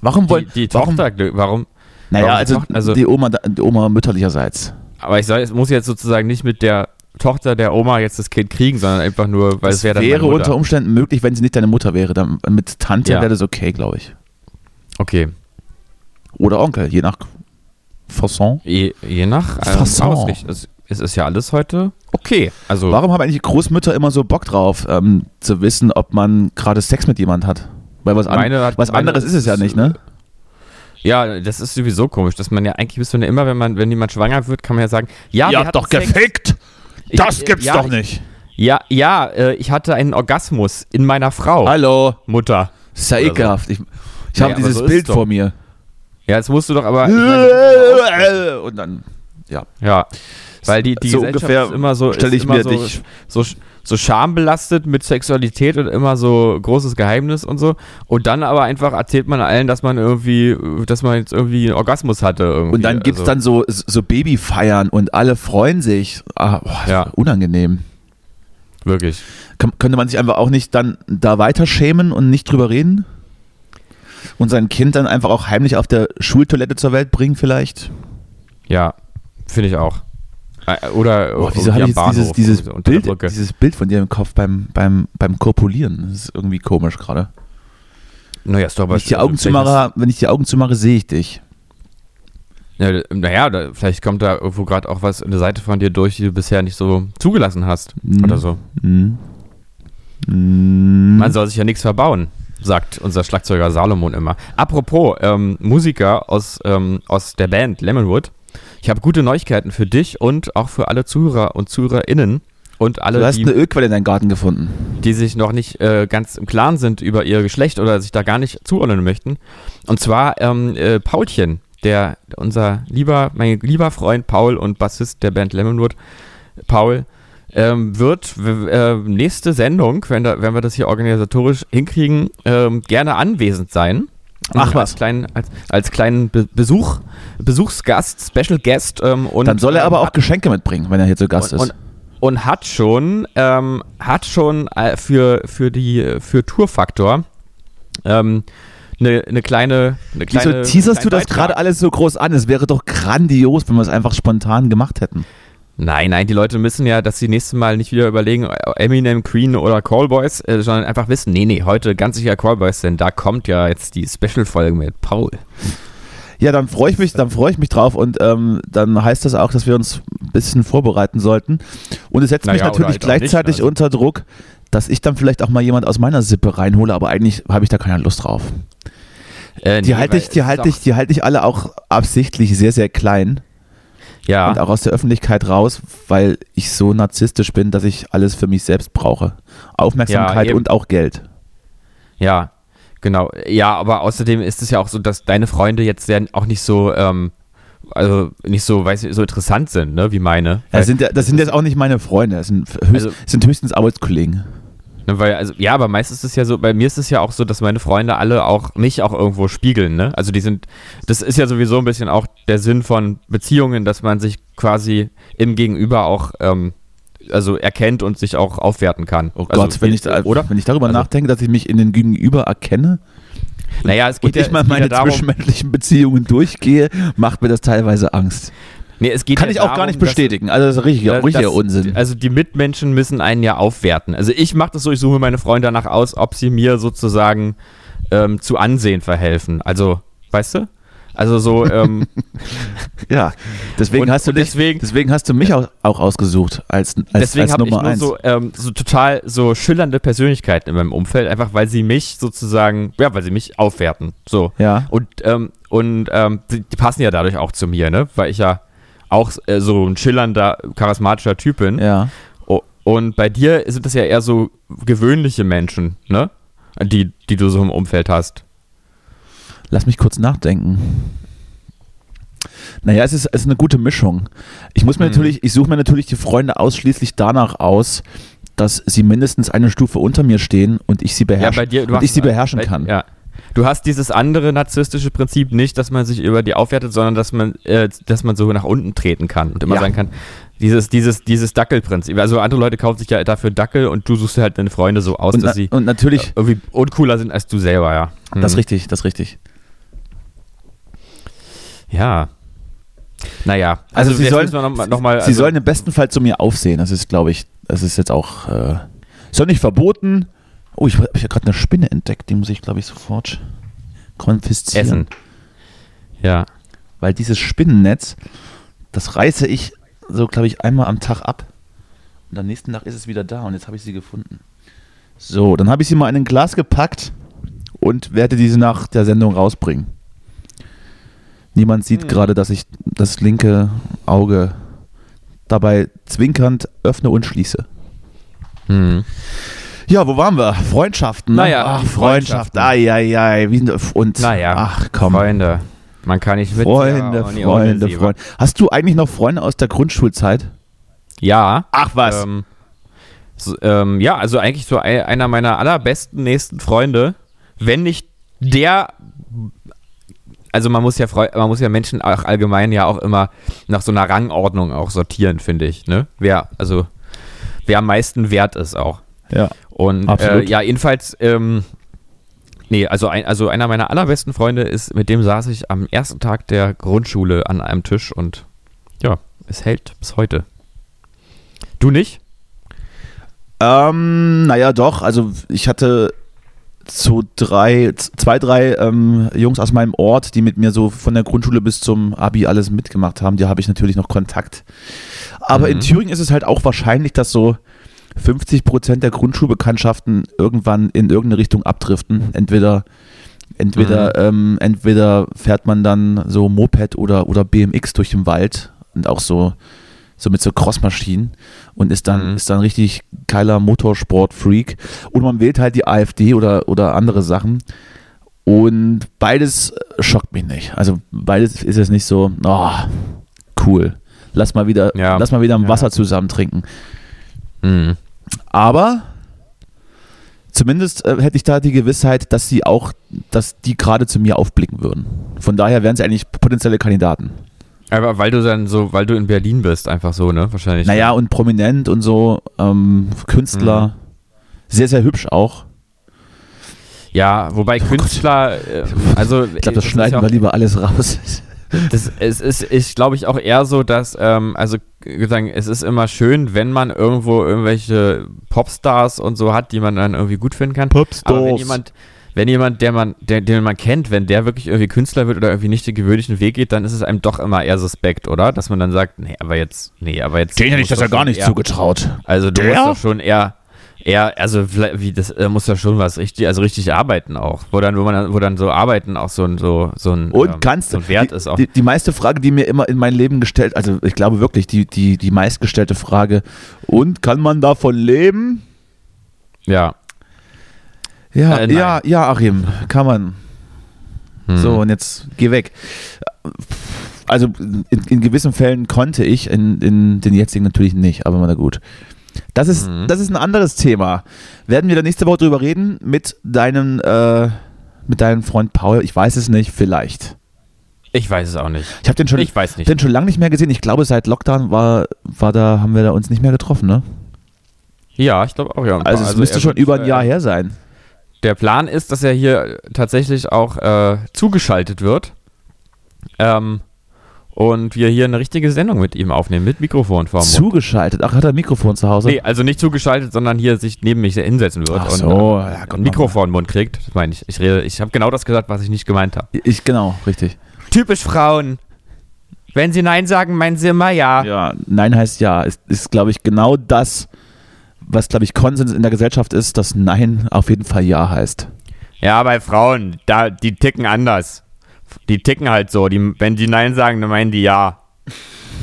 D: Warum
C: Die,
D: wollen,
C: die
D: warum,
C: Tochter, glück- warum?
D: naja,
C: warum
D: also,
C: Tochter- also-
D: die Oma, die Oma mütterlicherseits.
C: Aber ich sag, es muss jetzt sozusagen nicht mit der Tochter der Oma jetzt das Kind kriegen, sondern einfach nur, weil es
D: das
C: wäre
D: wäre
C: dann meine Mutter.
D: unter Umständen möglich, wenn sie nicht deine Mutter wäre. Dann mit Tante
C: Ja.
D: wäre das okay, glaube ich.
C: Okay.
D: Oder Onkel, je nach Fasson.
C: Je, je nach ähm,
D: Fasson.
C: Ausricht- Es, es ist ja alles heute okay. Also
D: Warum haben eigentlich Großmütter immer so Bock drauf, ähm, zu wissen, ob man gerade Sex mit jemand hat? Weil was, an
C: Meine hat-
D: was
C: meine
D: anderes ist es ja
C: ist,
D: nicht, ne?
C: Ja, das ist sowieso komisch, dass man ja eigentlich bist du ja immer, wenn man, wenn jemand schwanger wird, kann man ja sagen, ja, wir hatten Sex.
D: gefickt!
C: Ich- äh, ja, ich-
D: nicht!
C: Ja, ja, äh, ich hatte einen Orgasmus in meiner Frau,
D: Hallo!
C: Mutter.
D: Das ist ja
C: Oh. Oder so.
D: ekelhaft. Ich, ich
C: Nee,
D: habe
C: aber
D: dieses
C: so ist
D: Bild
C: doch.
D: vor mir.
C: Ja, jetzt musst du doch aber, ich meine,
D: Und dann
C: ja, weil die, die
D: So
C: Gesellschaft
D: ungefähr
C: ist immer so,
D: stelle
C: ist
D: ich
C: immer
D: mir
C: so,
D: dich.
C: so, so schambelastet mit Sexualität und immer so großes Geheimnis und so. Und dann aber einfach erzählt man allen, dass man irgendwie, dass man jetzt irgendwie einen Orgasmus hatte. Irgendwie.
D: Und dann gibt's
C: also,
D: dann so, so Babyfeiern und alle freuen sich. Ah, boah,
C: Ja.
D: Unangenehm.
C: wirklich.
D: Kann, könnte man sich einfach auch nicht dann da weiter schämen und nicht drüber reden? Und sein Kind dann einfach auch heimlich auf der Schultoilette zur Welt bringen, vielleicht?
C: Ja, finde ich auch. Äh, Oder
D: Boah, wieso
C: irgendwie
D: habe
C: am
D: ich
C: Bahnhof
D: jetzt dieses, dieses,
C: unter der
D: Bild,
C: Brücke.
D: dieses Bild von dir im Kopf beim, beim, beim Korpulieren? Das ist irgendwie komisch gerade.
C: Naja, ist doch
D: Wenn
C: aber
D: ich die
C: also
D: Augen zumache, wenn ich die Augen zumache, sehe ich dich.
C: vielleicht ist- Ja, naja, da, vielleicht kommt da irgendwo gerade auch was eine Seite von dir durch, die du bisher nicht so zugelassen hast.
D: Mhm.
C: Oder so.
D: Mhm. Hm.
C: Man soll sich ja nichts verbauen, sagt unser Schlagzeuger Salomon immer. Apropos ähm, Musiker aus, ähm, aus der Band Lemonwood. Ich habe gute Neuigkeiten für dich und auch für alle Zuhörer und Zuhörerinnen und alle,
D: Du hast
C: die
D: eine Ölquelle in deinem Garten gefunden.
C: die sich noch nicht äh, ganz im Klaren sind über ihr Geschlecht oder sich da gar nicht zuordnen möchten. Und zwar ähm, äh, Paulchen, der unser lieber, mein lieber Freund Paul und Bassist der Band Lemonwood, Paul, ähm, wird w- äh, nächste Sendung, wenn, da, wenn wir das hier organisatorisch hinkriegen, ähm, gerne anwesend sein.
D: Ach was.
C: Als kleinen, als, als kleinen Be Besuch, Besuchsgast, Special Guest. Ähm, und,
D: Dann soll er aber
C: ähm,
D: auch Geschenke mitbringen, wenn er hier zu Gast
C: und,
D: ist.
C: und, und hat schon, ähm, hat schon äh, für, für die für Tourfaktor ähm, eine, eine kleine, eine
D: Wieso
C: kleine.
D: teaserst
C: kleinen
D: du das
C: Beitrag.
D: gerade alles so groß an? Es wäre doch grandios, wenn wir es einfach spontan gemacht hätten.
C: Nein, nein, die Leute müssen ja, dass sie nächstes Mal nicht wieder überlegen, äh, Eminem, Queen oder Callboys, äh, sondern einfach wissen, nee, nee, heute ganz sicher Callboys, denn da kommt ja jetzt die Special-Folge mit Paul.
D: Ja, dann freue ich mich, dann freue ich mich drauf und ähm, dann heißt das auch, dass wir uns ein bisschen vorbereiten sollten. Und es setzt mich
C: Naja, oder
D: natürlich
C: halt auch nicht,
D: gleichzeitig
C: also.
D: unter Druck, dass ich dann vielleicht auch mal jemand aus meiner Sippe reinhole, aber eigentlich habe ich da keine Lust drauf.
C: Äh,
D: Die
C: nee,
D: halte
C: weil
D: ich, die
C: es
D: halte
C: auch-
D: ich, die halte ich alle auch absichtlich sehr, sehr klein
C: Ja,
D: und auch aus der Öffentlichkeit raus, weil ich so narzisstisch bin, dass ich alles für mich selbst brauche. Aufmerksamkeit
C: eben.
D: und auch Geld.
C: Ja, genau. Ja, aber außerdem ist es ja auch so, dass deine Freunde jetzt ja auch nicht so, ähm, also nicht so, weiß ich, so interessant sind, ne, wie meine.
D: Das sind, ja- das sind jetzt auch nicht meine Freunde, das sind, höchst,
C: Also-
D: sind höchstens Arbeitskollegen.
C: Ne, weil, also, ja, aber meistens ist es ja so, bei mir ist es ja auch so, dass meine Freunde alle auch mich auch irgendwo spiegeln, ne? Also die sind, das ist ja sowieso ein bisschen auch der Sinn von Beziehungen, dass man sich quasi im Gegenüber auch, ähm, also erkennt und sich auch aufwerten kann.
D: Oh
C: also,
D: Gott, wenn, ich, da-
C: oder?
D: wenn ich darüber
C: Also-
D: nachdenke, dass ich mich in den Gegenüber erkenne
C: Naja, es geht
D: und
C: ja,
D: ich mal
C: es geht
D: meine
C: ja darum,
D: zwischenmenschlichen Beziehungen durchgehe, macht mir das teilweise Angst.
C: nee, es geht
D: Kann
C: ja
D: ich auch
C: darum,
D: gar nicht
C: dass-
D: bestätigen. Also das ist richtiger,
C: Ja,
D: richtiger
C: das-
D: Unsinn.
C: Also die Mitmenschen müssen einen ja aufwerten. Also ich mache das so, ich suche meine Freunde danach aus, ob sie mir sozusagen ähm, zu Ansehen verhelfen. Also, weißt du? Also so, ähm,
D: ja, deswegen
C: Und-
D: hast du
C: und
D: dich,
C: deswegen-
D: deswegen, hast du mich auch, auch ausgesucht als, als,
C: deswegen
D: als
C: habe ich
D: Nummer
C: nur
D: eins.
C: so, ähm, so total so schillernde Persönlichkeiten in meinem Umfeld, einfach weil sie mich sozusagen, ja, weil sie mich aufwerten. So.
D: Ja.
C: Und, ähm, und ähm, die, die passen ja dadurch auch zu mir, ne? Weil ich ja auch äh, so ein schillernder, charismatischer Typ bin.
D: ja.
C: O- Und bei dir sind das ja eher so gewöhnliche Menschen, ne? Die, die du so im Umfeld hast.
D: Lass mich kurz nachdenken. Naja, es ist, es ist eine gute Mischung. Ich muss mir
C: Mhm.
D: natürlich, ich suche mir natürlich die Freunde ausschließlich danach aus, dass sie mindestens eine Stufe unter mir stehen und ich sie beherrschen, und
C: hast- äh,
D: ich sie beherrschen
C: bei-
D: kann.
C: Ja. Du hast dieses andere narzisstische Prinzip nicht, dass man sich über die aufwertet, sondern dass man, äh, dass man so nach unten treten kann und immer
D: Ja.
C: sagen kann, dieses, dieses, dieses Dackelprinzip. Also andere Leute kaufen sich ja dafür Dackel und du suchst dir halt deine Freunde so aus,
D: Und,
C: dass
D: na,
C: sie
D: und natürlich,
C: irgendwie uncooler sind als du selber, ja. Hm.
D: das ist richtig, das ist richtig.
C: Ja. Naja.
D: Also sie
C: jetzt
D: sollen-
C: müssen wir noch, mal- noch mal,
D: sie
C: also-
D: sollen im besten Fall zu mir aufsehen. Das ist, glaube ich, das ist jetzt auch, äh, ist doch nicht verboten. Oh, ich habe ja gerade eine Spinne entdeckt, die muss ich, glaube ich, sofort konfiszieren.
C: also essen. Ja.
D: weil dieses Spinnennetz, das reiße ich so, glaube ich, einmal am Tag ab. Und am nächsten Tag ist es wieder da und jetzt habe ich sie gefunden. So, dann habe ich sie mal in ein Glas gepackt und werde diese nach der Sendung rausbringen. Niemand sieht
C: Hm.
D: gerade, dass ich das linke Auge dabei zwinkernd öffne und schließe.
C: Hm.
D: Ja, wo waren wir? Freundschaften. Ne?
C: Naja,
D: ach,
C: die
D: Freundschaft.
C: Freundschaften.
D: Ei, ei, ei. Wie- Und,
C: Naja,
D: ach komm.
C: Freunde. Man kann nicht mit
D: Freunde,
C: und die
D: Freunde,
C: Offensive.
D: Freunde. Hast du eigentlich noch Freunde aus der Grundschulzeit?
C: Ja.
D: Ach was.
C: Ähm, so, ähm, ja, also eigentlich so ei- einer meiner allerbesten nächsten Freunde, wenn nicht der. Also man muss ja Freu- man muss ja Menschen auch allgemein ja auch immer nach so einer Rangordnung auch sortieren, finde ich. Ne? Wer also wer am meisten wert ist auch.
D: ja.
C: Und äh,
D: Absolut.
C: ja, jedenfalls, ähm, nee, also, ein, also einer meiner allerbesten Freunde ist, mit dem saß ich am ersten Tag der Grundschule an einem Tisch und ja, es hält bis heute. Du nicht?
D: Ähm, naja, doch. Also ich hatte so drei, z- zwei, drei ähm, Jungs aus meinem Ort, die mit mir so von der Grundschule bis zum Abi alles mitgemacht haben. Die habe ich natürlich noch Kontakt. Aber in Thüringen ist es halt auch wahrscheinlich, dass so 50 Prozent der Grundschulbekanntschaften irgendwann in irgendeine Richtung abdriften. Entweder Entweder, ähm, entweder fährt man dann so Moped oder, oder BMX durch den Wald und auch so, so mit so Crossmaschinen und ist dann,
C: Mhm.
D: ist dann richtig geiler Motorsport-Freak. Oder man wählt halt die AfD oder, oder andere Sachen. Und beides äh, schockt mich nicht. Also beides ist jetzt nicht so, oh, cool. Lass mal wieder,
C: Ja.
D: lass mal wieder ein
C: Ja.
D: Wasser zusammen trinken.
C: Mhm.
D: Aber zumindest äh, hätte ich da die Gewissheit, dass sie auch, dass die gerade zu mir aufblicken würden. Von daher wären sie eigentlich potenzielle Kandidaten.
C: Aber weil du dann so, weil du in Berlin bist, einfach so, ne? Wahrscheinlich.
D: Naja, und prominent und so, ähm, Künstler. Sehr, sehr hübsch auch.
C: Ja, wobei Künstler, äh, also
D: Oh Ich glaube, das schneiden wir lieber alles raus.
C: Das, es ist, ich glaube ich, auch eher so, dass, ähm, also äh, sagen, es ist immer schön, wenn man irgendwo irgendwelche Popstars und so hat, die man dann irgendwie gut finden kann.
D: Popstars.
C: Aber wenn jemand, wenn jemand, der man, der, den man kennt, wenn der wirklich irgendwie Künstler wird oder irgendwie nicht den gewöhnlichen Weg geht, dann ist es einem doch immer eher suspekt, oder? Dass man dann sagt, nee, aber jetzt, nee, aber jetzt.
D: Den hätte ich
C: muss
D: das
C: doch
D: ja gar
C: schon
D: nicht
C: eher-
D: zugetraut.
C: Also du
D: Der?
C: musst doch schon eher, eher, also vielleicht- wie das äh, muss ja schon was richtig, also richtig arbeiten auch, wo dann, wo man, dann- wo dann so arbeiten auch so ein, so, so ein,
D: Und
C: ähm,
D: kannst
C: so ein Wert
D: die,
C: ist auch.
D: Die, die meiste Frage, die mir immer in mein Leben gestellt, also ich glaube wirklich, die, die, die meistgestellte Frage, und kann man davon leben?
C: ja.
D: Ja,
C: Äh, nein.
D: ja, ja, Achim, kann man.
C: Hm.
D: So, und jetzt geh weg. Also in, in gewissen Fällen konnte ich, in, in den jetzigen natürlich nicht, aber na gut. Das ist,
C: Hm.
D: das ist ein anderes Thema. Werden wir da nächste Woche drüber reden mit deinem, äh, mit deinem Freund Paul? Ich weiß es nicht, vielleicht.
C: Ich weiß es auch nicht.
D: Ich habe den schon,
C: Ich weiß nicht.
D: den schon lange nicht mehr gesehen. Ich glaube, seit Lockdown war, war da, haben wir da uns nicht mehr getroffen, ne?
C: Ja, ich glaube auch, ja.
D: Also, es müsste
C: er
D: schon
C: wird,
D: über ein
C: äh,
D: Jahr her sein.
C: Der Plan ist, dass er hier tatsächlich auch äh, zugeschaltet wird. Ähm, und wir hier eine richtige Sendung mit ihm aufnehmen, mit Mikrofon vor dem Mund.
D: Zugeschaltet. Ach, hat er ein Mikrofon zu Hause?
C: Nee, also nicht zugeschaltet, sondern hier sich neben mich hinsetzen wird
D: Ach
C: und
D: so,
C: äh,
D: ja, Gott,
C: ein Mikrofon im Mund kriegt. Das meine ich. Ich, rede- ich habe genau das gesagt, was ich nicht gemeint habe.
D: Ich, genau, richtig.
C: Typisch Frauen. Wenn sie Nein sagen, meinen sie immer ja.
D: Ja, Nein heißt Ja. Ist, ist glaube ich, genau das, was, glaube ich, Konsens in der Gesellschaft ist, dass Nein auf jeden Fall Ja heißt.
C: Ja, bei Frauen, da, die ticken anders. Die ticken halt so. Die, wenn die Nein sagen, dann meinen die ja.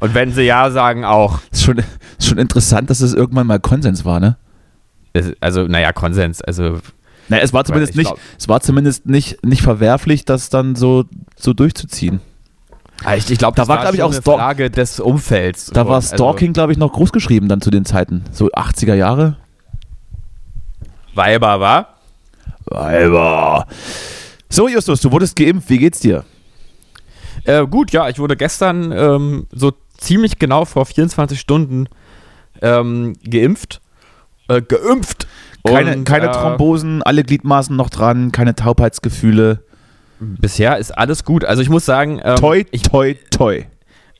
C: Und wenn sie ja sagen, auch.
D: Ist schon, ist schon interessant, dass es irgendwann mal Konsens war, ne?
C: Das- Also, naja, Konsens. Also,
D: Naja, es war zumindest
C: ich
D: nicht,
C: glaub-
D: es war zumindest nicht, nicht verwerflich, das dann so, so durchzuziehen.
C: Ah, ich, ich glaube,
D: Da war, glaub ich, auch Stalk-
C: Frage des Umfelds.
D: Da war
C: Also,
D: Stalking, glaube ich, noch groß geschrieben dann zu den Zeiten. So 80er Jahre.
C: Weiber, war?
D: Weiber. So, Justus, du wurdest geimpft. Wie geht's dir?
C: Äh, gut, ja, ich wurde gestern ähm, so ziemlich genau vor 24 Stunden ähm, geimpft. Äh, geimpft!
D: Keine,
C: Und,
D: keine
C: äh,
D: Thrombosen, alle Gliedmaßen noch dran, keine Taubheitsgefühle.
C: Bisher ist alles gut. Also, ich muss sagen. Ähm,
D: Toi,
C: ich,
D: toi, toi.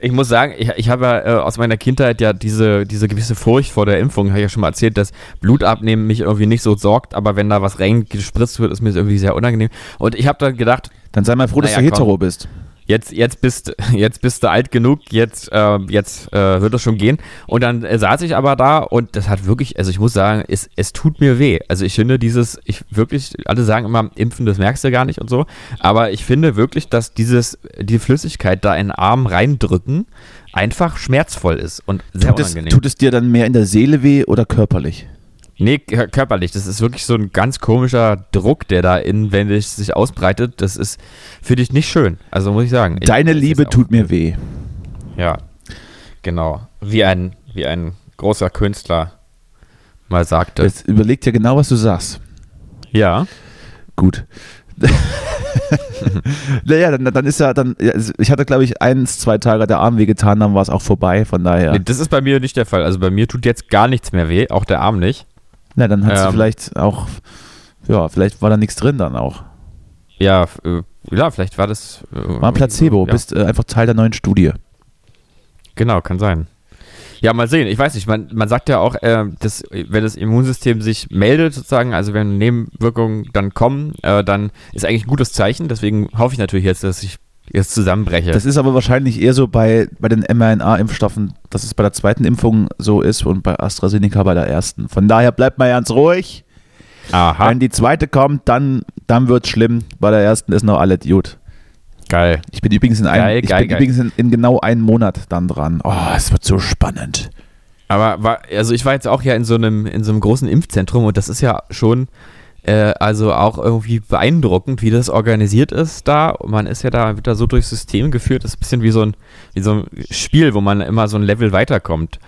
C: Ich muss sagen, ich, ich habe ja äh, aus meiner Kindheit ja diese, diese gewisse Furcht vor der Impfung, habe ich ja schon mal erzählt, dass Blut abnehmen mich irgendwie nicht so sorgt, aber wenn da was reingespritzt wird, ist mir das irgendwie sehr unangenehm. Und ich habe dann gedacht,
D: Dann sei mal froh, dass
C: Naja,
D: du hetero
C: komm.
D: bist.
C: jetzt, jetzt, bist, jetzt bist du alt genug, jetzt, äh, jetzt äh, wird das schon gehen. Und dann äh, saß ich aber da und das hat wirklich, also ich muss sagen, es, es tut mir weh. Also ich finde dieses, ich wirklich, alle sagen immer, impfen, das merkst du gar nicht und so. Aber ich finde wirklich, dass dieses, die Flüssigkeit da in den Arm reindrücken, einfach schmerzvoll ist und sehr
D: Tut es,
C: unangenehm.
D: tut es dir dann mehr in der Seele weh oder körperlich?
C: Nee, kö- körperlich. Das ist wirklich so ein ganz komischer Druck, der da inwendig sich ausbreitet. Das ist für dich nicht schön. Also muss ich sagen. Ich-
D: Deine
C: das ist
D: Liebe
C: auch-
D: tut mir weh.
C: Ja, genau. Wie ein, wie ein großer Künstler mal sagte.
D: Jetzt überleg dir genau, was du sagst.
C: ja.
D: Gut. naja, dann, dann ist ja dann. ja, Ich hatte, glaube ich, eins, zwei Tage der Arm wehgetan, dann war es auch vorbei. Von daher.
C: Nee, das ist bei mir nicht der Fall. Also bei mir tut jetzt gar nichts mehr weh, auch der Arm nicht.
D: Na, dann hat sie
C: Ähm.
D: vielleicht auch. Ja, vielleicht war da nichts drin dann auch.
C: Ja, f- äh, ja vielleicht war das. äh,
D: War ein Placebo,
C: ja.
D: bist äh, einfach Teil der neuen Studie.
C: Genau, kann sein. Ja, mal sehen. Ich weiß nicht. Man, man sagt ja auch, äh, dass äh, wenn das Immunsystem sich meldet, sozusagen, also wenn Nebenwirkungen dann kommen, äh, dann ist eigentlich ein gutes Zeichen. Deswegen hoffe ich natürlich jetzt, dass ich jetzt zusammenbreche.
D: Das ist aber wahrscheinlich eher so bei, bei den mRNA-Impfstoffen, dass es bei der zweiten Impfung so ist und bei AstraZeneca bei der ersten. Von daher bleibt mal ganz ruhig.
C: Aha,
D: Wenn die zweite kommt, dann, dann wird es schlimm. Bei der ersten ist noch alles gut.
C: geil.
D: Ich bin übrigens in, einem,
C: Geil,
D: ich
C: geil,
D: bin
C: geil.
D: übrigens in, in genau einem Monat dann dran. Oh, es wird so spannend.
C: Aber war, also ich war jetzt auch ja in so einem, in so einem großen Impfzentrum und das ist ja schon äh, also auch irgendwie beeindruckend, wie das organisiert ist da. Und Man ist ja da, wird da so durchs System geführt, das ist ein bisschen wie so ein, wie so ein Spiel, wo man immer so ein Level weiterkommt.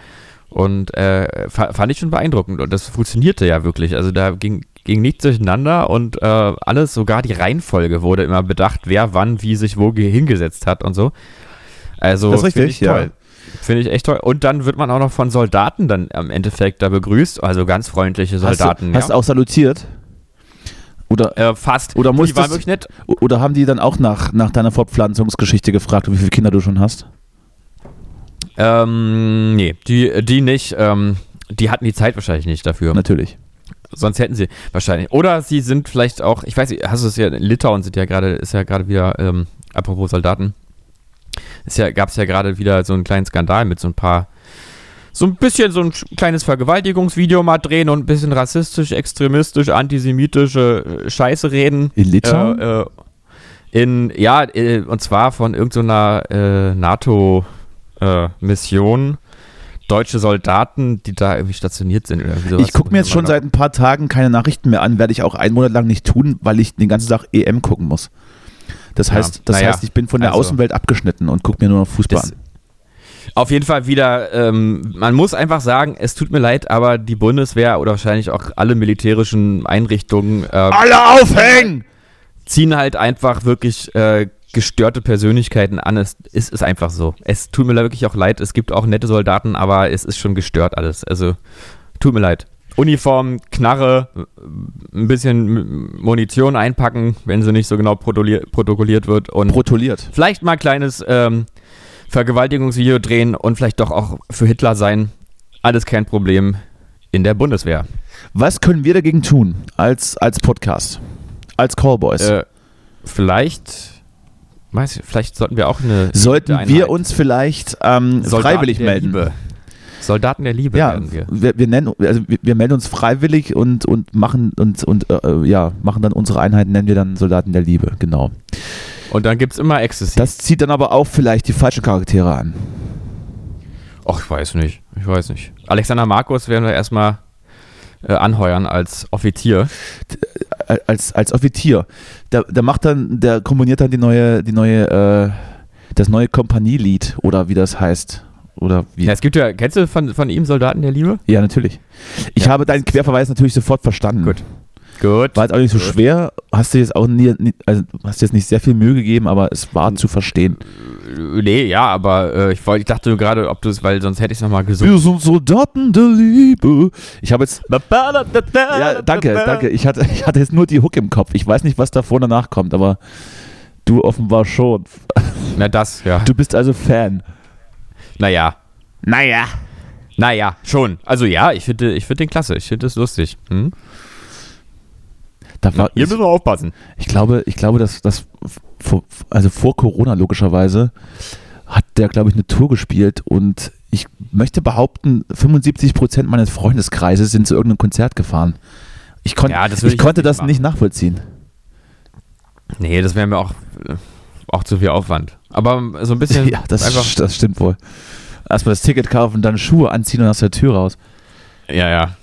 C: Und äh, fa- fand ich schon beeindruckend und das funktionierte ja wirklich. Also da ging, ging nichts durcheinander und äh, alles, sogar die Reihenfolge wurde immer bedacht, wer wann wie sich wo ge- hingesetzt hat und so. Also
D: Das ist
C: finde
D: richtig,
C: ich
D: ja.
C: toll. Finde ich echt toll. Und dann wird man auch noch von Soldaten dann am Endeffekt da begrüßt, also ganz freundliche Soldaten.
D: Hast, hast auch salutiert? Oder,
C: ja. äh, fast.
D: Oder
C: die waren
D: musstest-
C: wirklich nett.
D: oder haben die dann auch nach, nach deiner Fortpflanzungsgeschichte gefragt, wie viele Kinder du schon hast?
C: Ähm, nee, die, die nicht. Ähm, die hatten die Zeit wahrscheinlich nicht dafür.
D: Natürlich.
C: Sonst hätten sie wahrscheinlich. Oder sie sind vielleicht auch, ich weiß nicht, hast du es ja, in Litauen sind ja gerade, ist ja gerade wieder, ähm, apropos Soldaten, ist ja, gab es ja gerade wieder so einen kleinen Skandal mit so ein paar, so ein bisschen so ein sch- kleines Vergewaltigungsvideo mal drehen und ein bisschen rassistisch, extremistisch, antisemitische äh, Scheiße reden.
D: In Litauen?
C: Äh, äh, in, ja, äh, und zwar von irgendeiner äh, NATO-Mission. Deutsche Soldaten, die da irgendwie stationiert sind oder irgendwie sowas.
D: ich gucke mir jetzt schon seit ein paar Tagen keine Nachrichten mehr an, werde ich auch einen Monat lang nicht tun, weil ich den ganzen Tag EM gucken muss. Das
C: Ja,
D: heißt, das
C: naja,
D: heißt, ich bin von der
C: also-
D: Außenwelt abgeschnitten und gucke mir nur noch Fußball
C: Das-
D: an.
C: Auf jeden Fall wieder, ähm, man muss einfach sagen, es tut mir leid, aber die Bundeswehr oder wahrscheinlich auch alle militärischen Einrichtungen äh,
D: Alle aufhängen!
C: ziehen halt einfach wirklich äh, gestörte Persönlichkeiten an. Es ist, ist einfach so. Es tut mir wirklich auch leid. Es gibt auch nette Soldaten, aber es ist schon gestört alles. Also tut mir leid. Uniform, Knarre, ein bisschen Munition einpacken, wenn sie nicht so genau protokolier- protokolliert wird und
D: Protokolliert.
C: vielleicht mal ein kleines ähm, Vergewaltigungsvideo drehen und vielleicht doch auch für Hitler sein. Alles kein Problem in der Bundeswehr.
D: Was können wir dagegen tun als, als Podcast? Als Callboys?
C: Äh, vielleicht, weiß ich, vielleicht sollten wir auch eine
D: Sollten
C: Einheit.
D: wir uns vielleicht ähm,
C: Soldaten
D: freiwillig
C: der
D: melden?
C: Liebe. Soldaten der Liebe
D: Ja,
C: werden wir.
D: wir, wir, nennen, also wir, wir melden uns freiwillig und, und, machen, und, und äh, ja, machen dann unsere Einheiten, nennen wir dann Soldaten der Liebe, genau.
C: Und dann gibt es immer Ecstasy.
D: Das zieht dann aber auch vielleicht die falschen Charaktere an.
C: Ach, ich weiß nicht. Ich weiß nicht. Alexander Markus werden wir erstmal äh, anheuern als Offizier.
D: Als, als Offizier. Der, der macht dann, der komponiert dann die neue, die neue, äh, das neue Kompanielied oder wie das heißt. Oder wie.
C: Ja, es gibt ja, kennst du von, von ihm Soldaten der Liebe?
D: Ja, natürlich. Ich
C: Ja.
D: habe deinen Querverweis natürlich sofort verstanden.
C: Gut. Gut.
D: War jetzt auch nicht so schwer. Hast du jetzt auch nie, nie, also hast dir jetzt nicht sehr viel Mühe gegeben, aber es war zu verstehen.
C: Nee, ja, aber äh, ich, wollt, ich dachte nur gerade, ob du es, weil sonst hätte ich es nochmal gesungen.
D: Wir sind Soldaten der Liebe. Ich habe jetzt. Ja,
C: ne?
D: danke, danke. Ich hatte, ich hatte jetzt nur die Hook im Kopf. Ich weiß nicht, was da vorne nachkommt, aber du offenbar schon.
C: Na, das, ja.
D: Du bist also Fan.
C: Naja.
D: Naja.
C: Naja, schon. Also ja, ich finde ich find den klasse. Ich finde es lustig. Hm?
D: Da war, ich,
C: wir aufpassen.
D: ich glaube, ich glaube, dass das vor, also vor Corona logischerweise hat der, glaube ich, eine Tour gespielt und ich möchte behaupten, 75 Prozent meines Freundeskreises sind zu irgendeinem Konzert gefahren. Ich, kon
C: Ja, das
D: ich,
C: würde ich
D: konnte
C: nicht
D: das
C: machen.
D: nicht nachvollziehen.
C: Nee, das wäre mir auch, äh, auch zu viel Aufwand. Aber ähm, so ein bisschen
D: Ja, das,
C: einfach.
D: st- das stimmt wohl. Erstmal das Ticket kaufen, dann Schuhe anziehen und aus der Tür raus.
C: Ja, ja.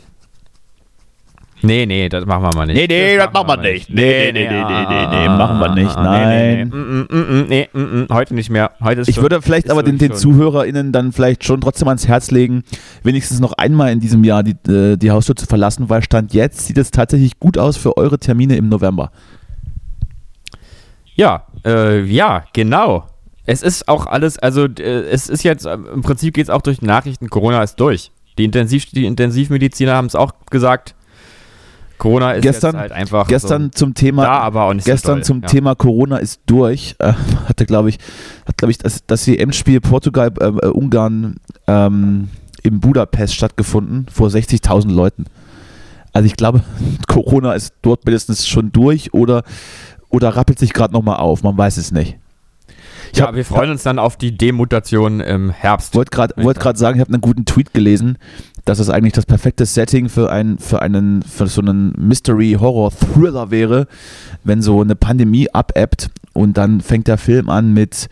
C: Nee, nee, das machen wir mal nicht. Nee, nee, das, machen wir mal nicht. Ah, Nee, nee, nee, nee, nee, nee,
D: machen wir nicht.
C: Nee, nee,
D: Nein.
C: mm, mm, mm, nee, mm, mm, heute nicht mehr. Heute ist
D: Ich
C: schon-
D: würde vielleicht
C: ist
D: aber den, den
C: schon-
D: ZuhörerInnen dann vielleicht schon trotzdem ans Herz legen, wenigstens noch einmal in diesem Jahr die, äh, die Haustür zu verlassen, weil Stand jetzt sieht es tatsächlich gut aus für eure Termine im November.
C: Ja, äh, ja, genau. Es ist auch alles, also d- äh, es ist jetzt, äh, im Prinzip geht es auch durch die Nachrichten, Corona ist durch. Die, Intensiv, die Intensivmediziner haben es auch gesagt, Corona ist
D: Gestern-
C: jetzt halt einfach
D: Gestern zum
C: so,
D: Thema.
C: da, aber auch nicht so
D: Gestern
C: doll.
D: zum
C: ja.
D: Thema Corona ist durch, äh, hatte glaube ich, hat glaube ich das, das EM-Spiel Portugal äh, äh, Ungarn ähm, in Budapest stattgefunden vor 60.000 Leuten. Also ich glaube, Corona ist dort mindestens schon durch oder oder rappelt sich gerade noch mal auf. Man weiß es nicht. Ich
C: Ja,
D: hab-
C: wir freuen uns dann auf die Demutation im Herbst.
D: wollte gerade wollt grad sagen, ich habe einen guten Tweet gelesen, dass es eigentlich das perfekte Setting für, ein, für, einen, für so einen Mystery-Horror-Thriller wäre, wenn so eine Pandemie abebbt und dann fängt der Film an mit,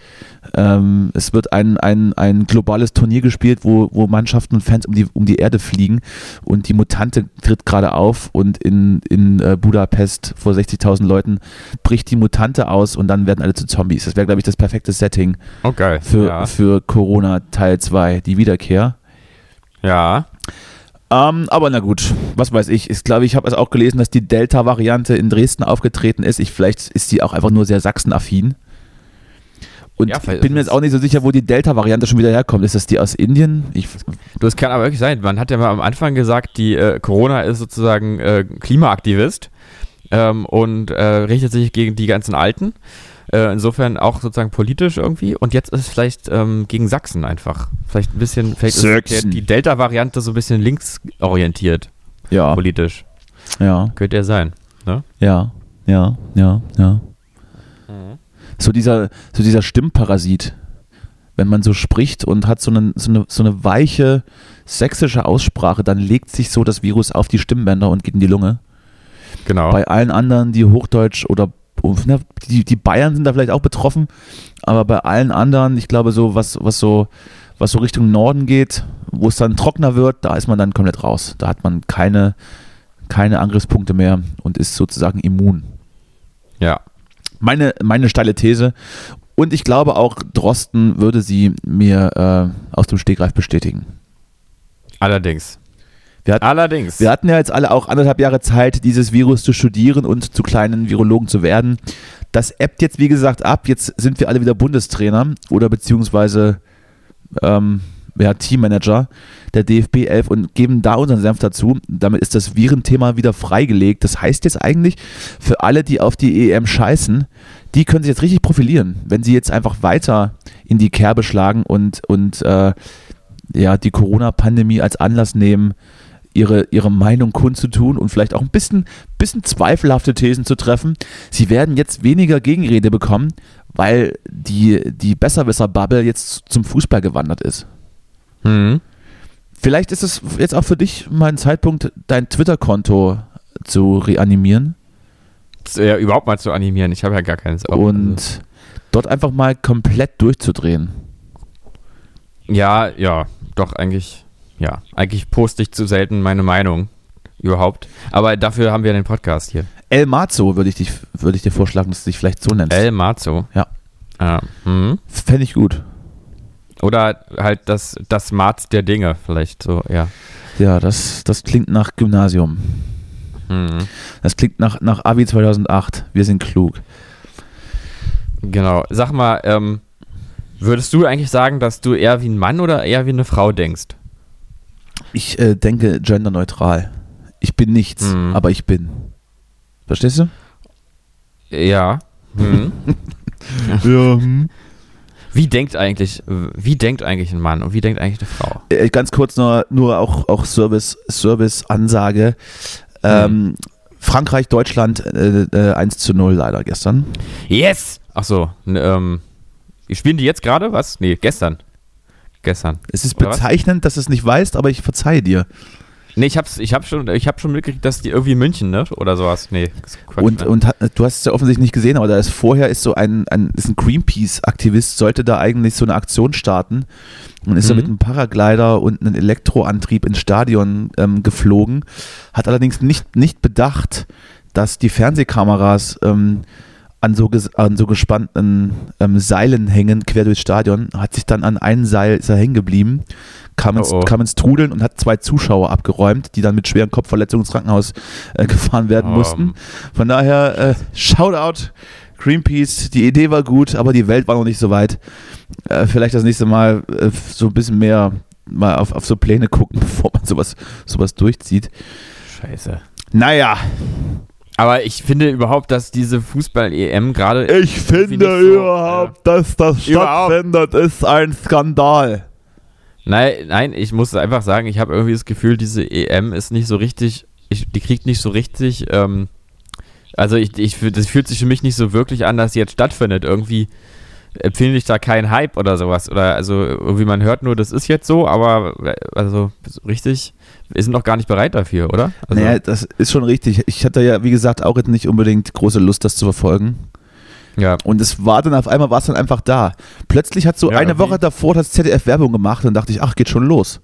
D: ähm, es wird ein, ein, ein globales Turnier gespielt, wo, wo Mannschaften und Fans um die, um die Erde fliegen und die Mutante tritt gerade auf und in, in äh, Budapest vor 60.000 Leuten bricht die Mutante aus und dann werden alle zu Zombies. Das wäre, glaube ich, das perfekte Setting
C: Oh, geil.
D: für,
C: ja.
D: für Corona Teil 2, die Wiederkehr.
C: ja.
D: Ähm, aber na gut, was weiß ich. Ich glaube, ich habe es auch gelesen, dass die Delta-Variante in Dresden aufgetreten ist. Ich, vielleicht ist die auch einfach nur sehr sachsenaffin. Und
C: Ja,
D: ich
C: vielleicht
D: bin mir
C: ist
D: jetzt auch nicht so sicher, wo die Delta-Variante schon wieder herkommt. Ist das die aus Indien? Ich,
C: Du, es kann aber wirklich sein. Man hat ja mal am Anfang gesagt, die äh, Corona ist sozusagen äh, Klimaaktivist ähm, und äh, richtet sich gegen die ganzen Alten. Äh, insofern auch sozusagen politisch irgendwie. Und jetzt ist es vielleicht ähm, gegen Sachsen einfach. Vielleicht ein bisschen, vielleicht ist
D: Sachsen.
C: der, die Delta-Variante so ein bisschen linksorientiert
D: ja,
C: politisch.
D: ja,
C: Könnte ja sein.
D: ja, ja, ja, ja. So dieser, so dieser Stimmparasit. Wenn man so spricht und hat so, einen, so, eine, so eine weiche sächsische Aussprache, dann legt sich so das Virus auf die Stimmbänder und geht in die Lunge.
C: Genau.
D: Bei allen anderen, die Hochdeutsch oder na, die, die Bayern sind da vielleicht auch betroffen, aber bei allen anderen, ich glaube, so was, was so, was so Richtung Norden geht, wo es dann trockener wird, da ist man dann komplett raus. Da hat man keine, keine Angriffspunkte mehr und ist sozusagen immun.
C: ja.
D: Meine, meine steile These. Und ich glaube auch, Drosten würde sie mir äh, aus dem Stegreif bestätigen.
C: Allerdings.
D: Wir hatten-
C: Allerdings.
D: Wir hatten ja jetzt alle auch anderthalb Jahre Zeit, dieses Virus zu studieren und zu kleinen Virologen zu werden. Das ebbt jetzt, wie gesagt, ab. Jetzt sind wir alle wieder Bundestrainer oder beziehungsweise ähm, ja, Teammanager der DFB 11 und geben da unseren Senf dazu. Damit ist das Virenthema wieder freigelegt. Das heißt jetzt eigentlich, für alle, die auf die EM scheißen, die können sich jetzt richtig profilieren, wenn sie jetzt einfach weiter in die Kerbe schlagen und, und äh, ja, die Corona-Pandemie als Anlass nehmen, ihre, ihre Meinung kundzutun und vielleicht auch ein bisschen, bisschen zweifelhafte Thesen zu treffen. Sie werden jetzt weniger Gegenrede bekommen, weil die, die Besserwisser-Bubble jetzt zum Fußball gewandert ist.
C: Mhm.
D: Vielleicht ist es jetzt auch für dich mal ein Zeitpunkt, dein Twitter-Konto zu reanimieren
C: Das, äh, überhaupt mal zu animieren. Ich habe ja gar keins. Auch. Also,
D: und dort einfach mal komplett durchzudrehen.
C: ja, ja, doch eigentlich. Ja, eigentlich poste ich zu selten meine Meinung überhaupt. Aber dafür haben wir den Podcast hier.
D: El Mazo würde ich, dich- würde ich dir vorschlagen, dass du dich vielleicht so nennst.
C: El Mazo.
D: Ja.
C: Ah, mhm.
D: Fände ich gut.
C: Oder halt das, das Maß der Dinge vielleicht so, ja.
D: Ja, das, das klingt nach Gymnasium.
C: Mhm.
D: Das klingt nach, nach Abi 2008. Wir sind klug.
C: Genau. Sag mal, ähm, würdest du eigentlich sagen, dass du eher wie ein Mann oder eher wie eine Frau denkst?
D: Ich äh, denke genderneutral. Ich bin nichts,
C: Mhm.
D: aber ich bin. Verstehst du?
C: Ja. Mhm.
D: Ja.
C: Wie denkt eigentlich, wie denkt eigentlich ein Mann und wie denkt eigentlich eine Frau?
D: Äh, ganz kurz nur, nur auch, auch Service, Service-Ansage. Ähm,
C: Mhm.
D: Frankreich, Deutschland äh, äh, 1 zu 0 leider gestern.
C: Yes! Ach so, n- ähm, spielen die jetzt gerade? Was? Nee, gestern. Gestern.
D: Es ist
C: Oder was?
D: bezeichnend, dass du es nicht weißt, aber ich verzeihe dir.
C: Nee, ich hab's, ich hab schon, ich hab schon mitgekriegt, dass die irgendwie in München, ne? Oder sowas. Nee, ist Quatsch,
D: Und,
C: ne?
D: und hat, du hast es ja offensichtlich nicht gesehen, aber da ist vorher ist so ein, ein, ist ein Greenpeace-Aktivist, sollte da eigentlich so eine Aktion starten und ist da
C: Mhm.
D: mit einem Paraglider und einem Elektroantrieb ins Stadion ähm, geflogen, hat allerdings nicht, nicht bedacht, dass die Fernsehkameras ähm, an, so ges an so gespannten ähm, Seilen hängen, quer durchs Stadion, hat sich dann an einem Seil ist er hängen geblieben, kam ins,
C: Oh, oh.
D: kam ins Trudeln und hat zwei Zuschauer abgeräumt, die dann mit schweren Kopfverletzungen ins Krankenhaus äh, gefahren werden
C: Oh,
D: mussten. Von daher, äh, Shoutout Greenpeace. Die Idee war gut, aber die Welt war noch nicht so weit. Äh, vielleicht das nächste Mal äh, so ein bisschen mehr mal auf, auf so Pläne gucken, bevor man sowas, sowas durchzieht.
C: Scheiße.
D: Naja,
C: Aber ich finde überhaupt, dass diese Fußball-EM gerade.
D: ich
C: irgendwie
D: finde
C: nicht so,
D: überhaupt, dass das
C: Überhaupt.
D: stattfindet, ist ein Skandal.
C: Nein, nein, ich muss einfach sagen, ich habe irgendwie das Gefühl, diese EM ist nicht so richtig, ich, die kriegt nicht so richtig, ähm, also ich, ich, fühl- das fühlt sich für mich nicht so wirklich an, dass sie jetzt stattfindet. Irgendwie empfinde ich da keinen Hype oder sowas. Oder also irgendwie man hört nur, das ist jetzt so, aber äh, also so richtig, wir sind noch gar nicht bereit dafür, oder? Also,
D: naja, das ist schon richtig. Ich hatte ja, wie gesagt, auch jetzt nicht unbedingt große Lust, das zu verfolgen.
C: ja.
D: Und es war dann auf einmal, war es dann einfach da. Plötzlich hat so
C: Ja,
D: eine
C: irgendwie.
D: Woche davor das ZDF Werbung gemacht und dachte ich, ach, geht schon los.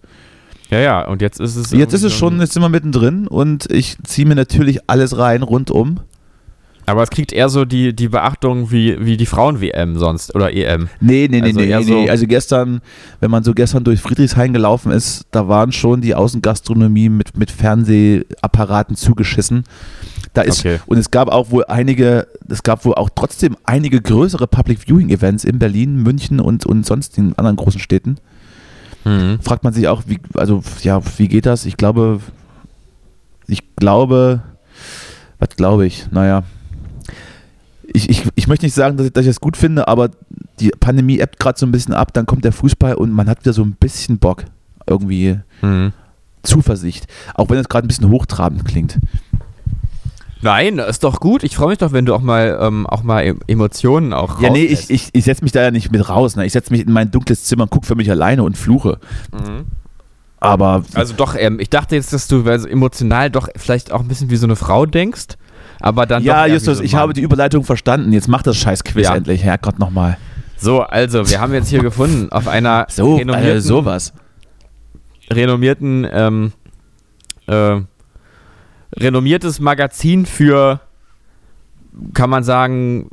C: ja, ja, und jetzt ist es.
D: Jetzt ist es
C: irgendwie-
D: schon, jetzt sind wir mittendrin und ich ziehe mir natürlich alles rein rundum.
C: Aber es kriegt eher so die, die Beachtung wie, wie die Frauen-WM sonst oder E EM.
D: Nee, nee, nee,
C: Also
D: nee,
C: eher
D: nee,
C: so-
D: nee. Also gestern, wenn man so gestern durch Friedrichshain gelaufen ist, da waren schon die Außengastronomie mit, mit Fernsehapparaten zugeschissen. Da ist,
C: Okay.
D: und es gab auch wohl einige, es gab wohl auch trotzdem einige größere Public Viewing Events in Berlin, München und, und sonst in anderen großen Städten.
C: Mhm.
D: fragt man sich auch, wie, also ja, wie geht das? Ich glaube, ich glaube, was glaube ich? Naja. Ich, ich, ich möchte nicht sagen, dass ich, dass ich das gut finde, aber die Pandemie ebbt gerade so ein bisschen ab, dann kommt der Fußball und man hat wieder so ein bisschen Bock. Irgendwie
C: Mhm.
D: Zuversicht. Auch wenn es gerade ein bisschen hochtrabend klingt.
C: Nein, ist doch gut. Ich freue mich doch, wenn du auch mal, ähm, auch mal E- Emotionen auch
D: Ja, nee, ich,
C: rauslässt.
D: ich, ich setze mich da ja nicht mit raus. Ne? Ich setze mich in mein dunkles Zimmer und gucke für mich alleine und fluche.
C: Mhm.
D: Aber
C: Also doch, ähm, ich dachte jetzt, dass du also emotional doch vielleicht auch ein bisschen wie so eine Frau denkst, aber dann doch
D: ja,
C: eher wie
D: Justus,
C: so ein
D: ich
C: Mann.
D: habe die Überleitung verstanden. Jetzt mach das scheiß Quiz
C: Ja.
D: endlich. Herrgott, nochmal.
C: So, also, wir haben jetzt hier gefunden, auf einer
D: So,
C: renommierten,
D: äh, sowas.
C: renommierten ähm, äh, renommiertes Magazin für kann man sagen,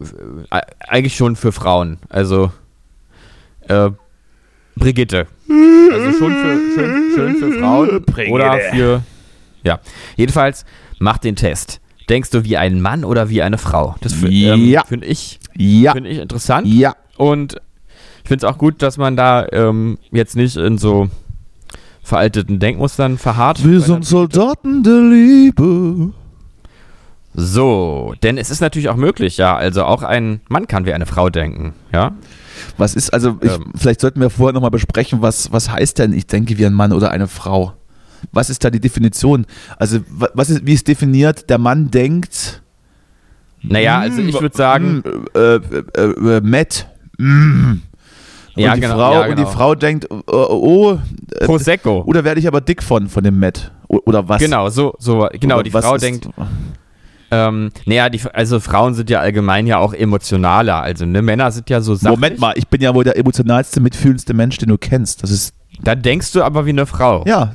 C: äh, eigentlich schon für Frauen. Also äh, Brigitte. Also schon für, schön, schön für Frauen oder für. Ja. Jedenfalls, mach den Test. Denkst du wie ein Mann oder wie eine Frau? Das fi- ähm,
F: Ja.
C: finde ich,
F: Ja.
C: find ich interessant.
F: Ja.
C: Und ich finde es auch gut, dass man da ähm, jetzt nicht in so veralteten Denkmustern verharrt.
F: Wir sind Soldaten der Liebe.
C: So, denn es ist natürlich auch möglich, ja. Also auch ein Mann kann wie eine Frau denken, ja.
D: Was ist, also ich,
C: Ähm.
D: vielleicht sollten wir vorher nochmal besprechen, was, was heißt denn, ich denke wie ein Mann oder eine Frau? Was ist da die Definition? Also wa- was ist, wie ist definiert, der Mann denkt,
C: Naja, also ich würde sagen,
D: mm, äh, äh, äh, äh, Matt, mm.
C: ja,
D: und, die
C: genau,
D: Frau,
C: ja,
D: und
C: genau.
D: die Frau denkt, oh, oh, oh, äh,
C: Prosecco.
D: oder werde ich aber dick von, von dem Matt? O- Oder was?
C: Genau, so, so, genau,
D: Oder
C: die
D: was
C: Frau
D: ist-
C: denkt, ähm, naja, die, also Frauen sind ja allgemein ja auch emotionaler, also ne, Männer sind ja so sachlich.
D: Moment mal, ich bin ja wohl der emotionalste, mitfühlendste Mensch, den du kennst. Das ist,
C: Da denkst du aber wie eine Frau.
D: ja.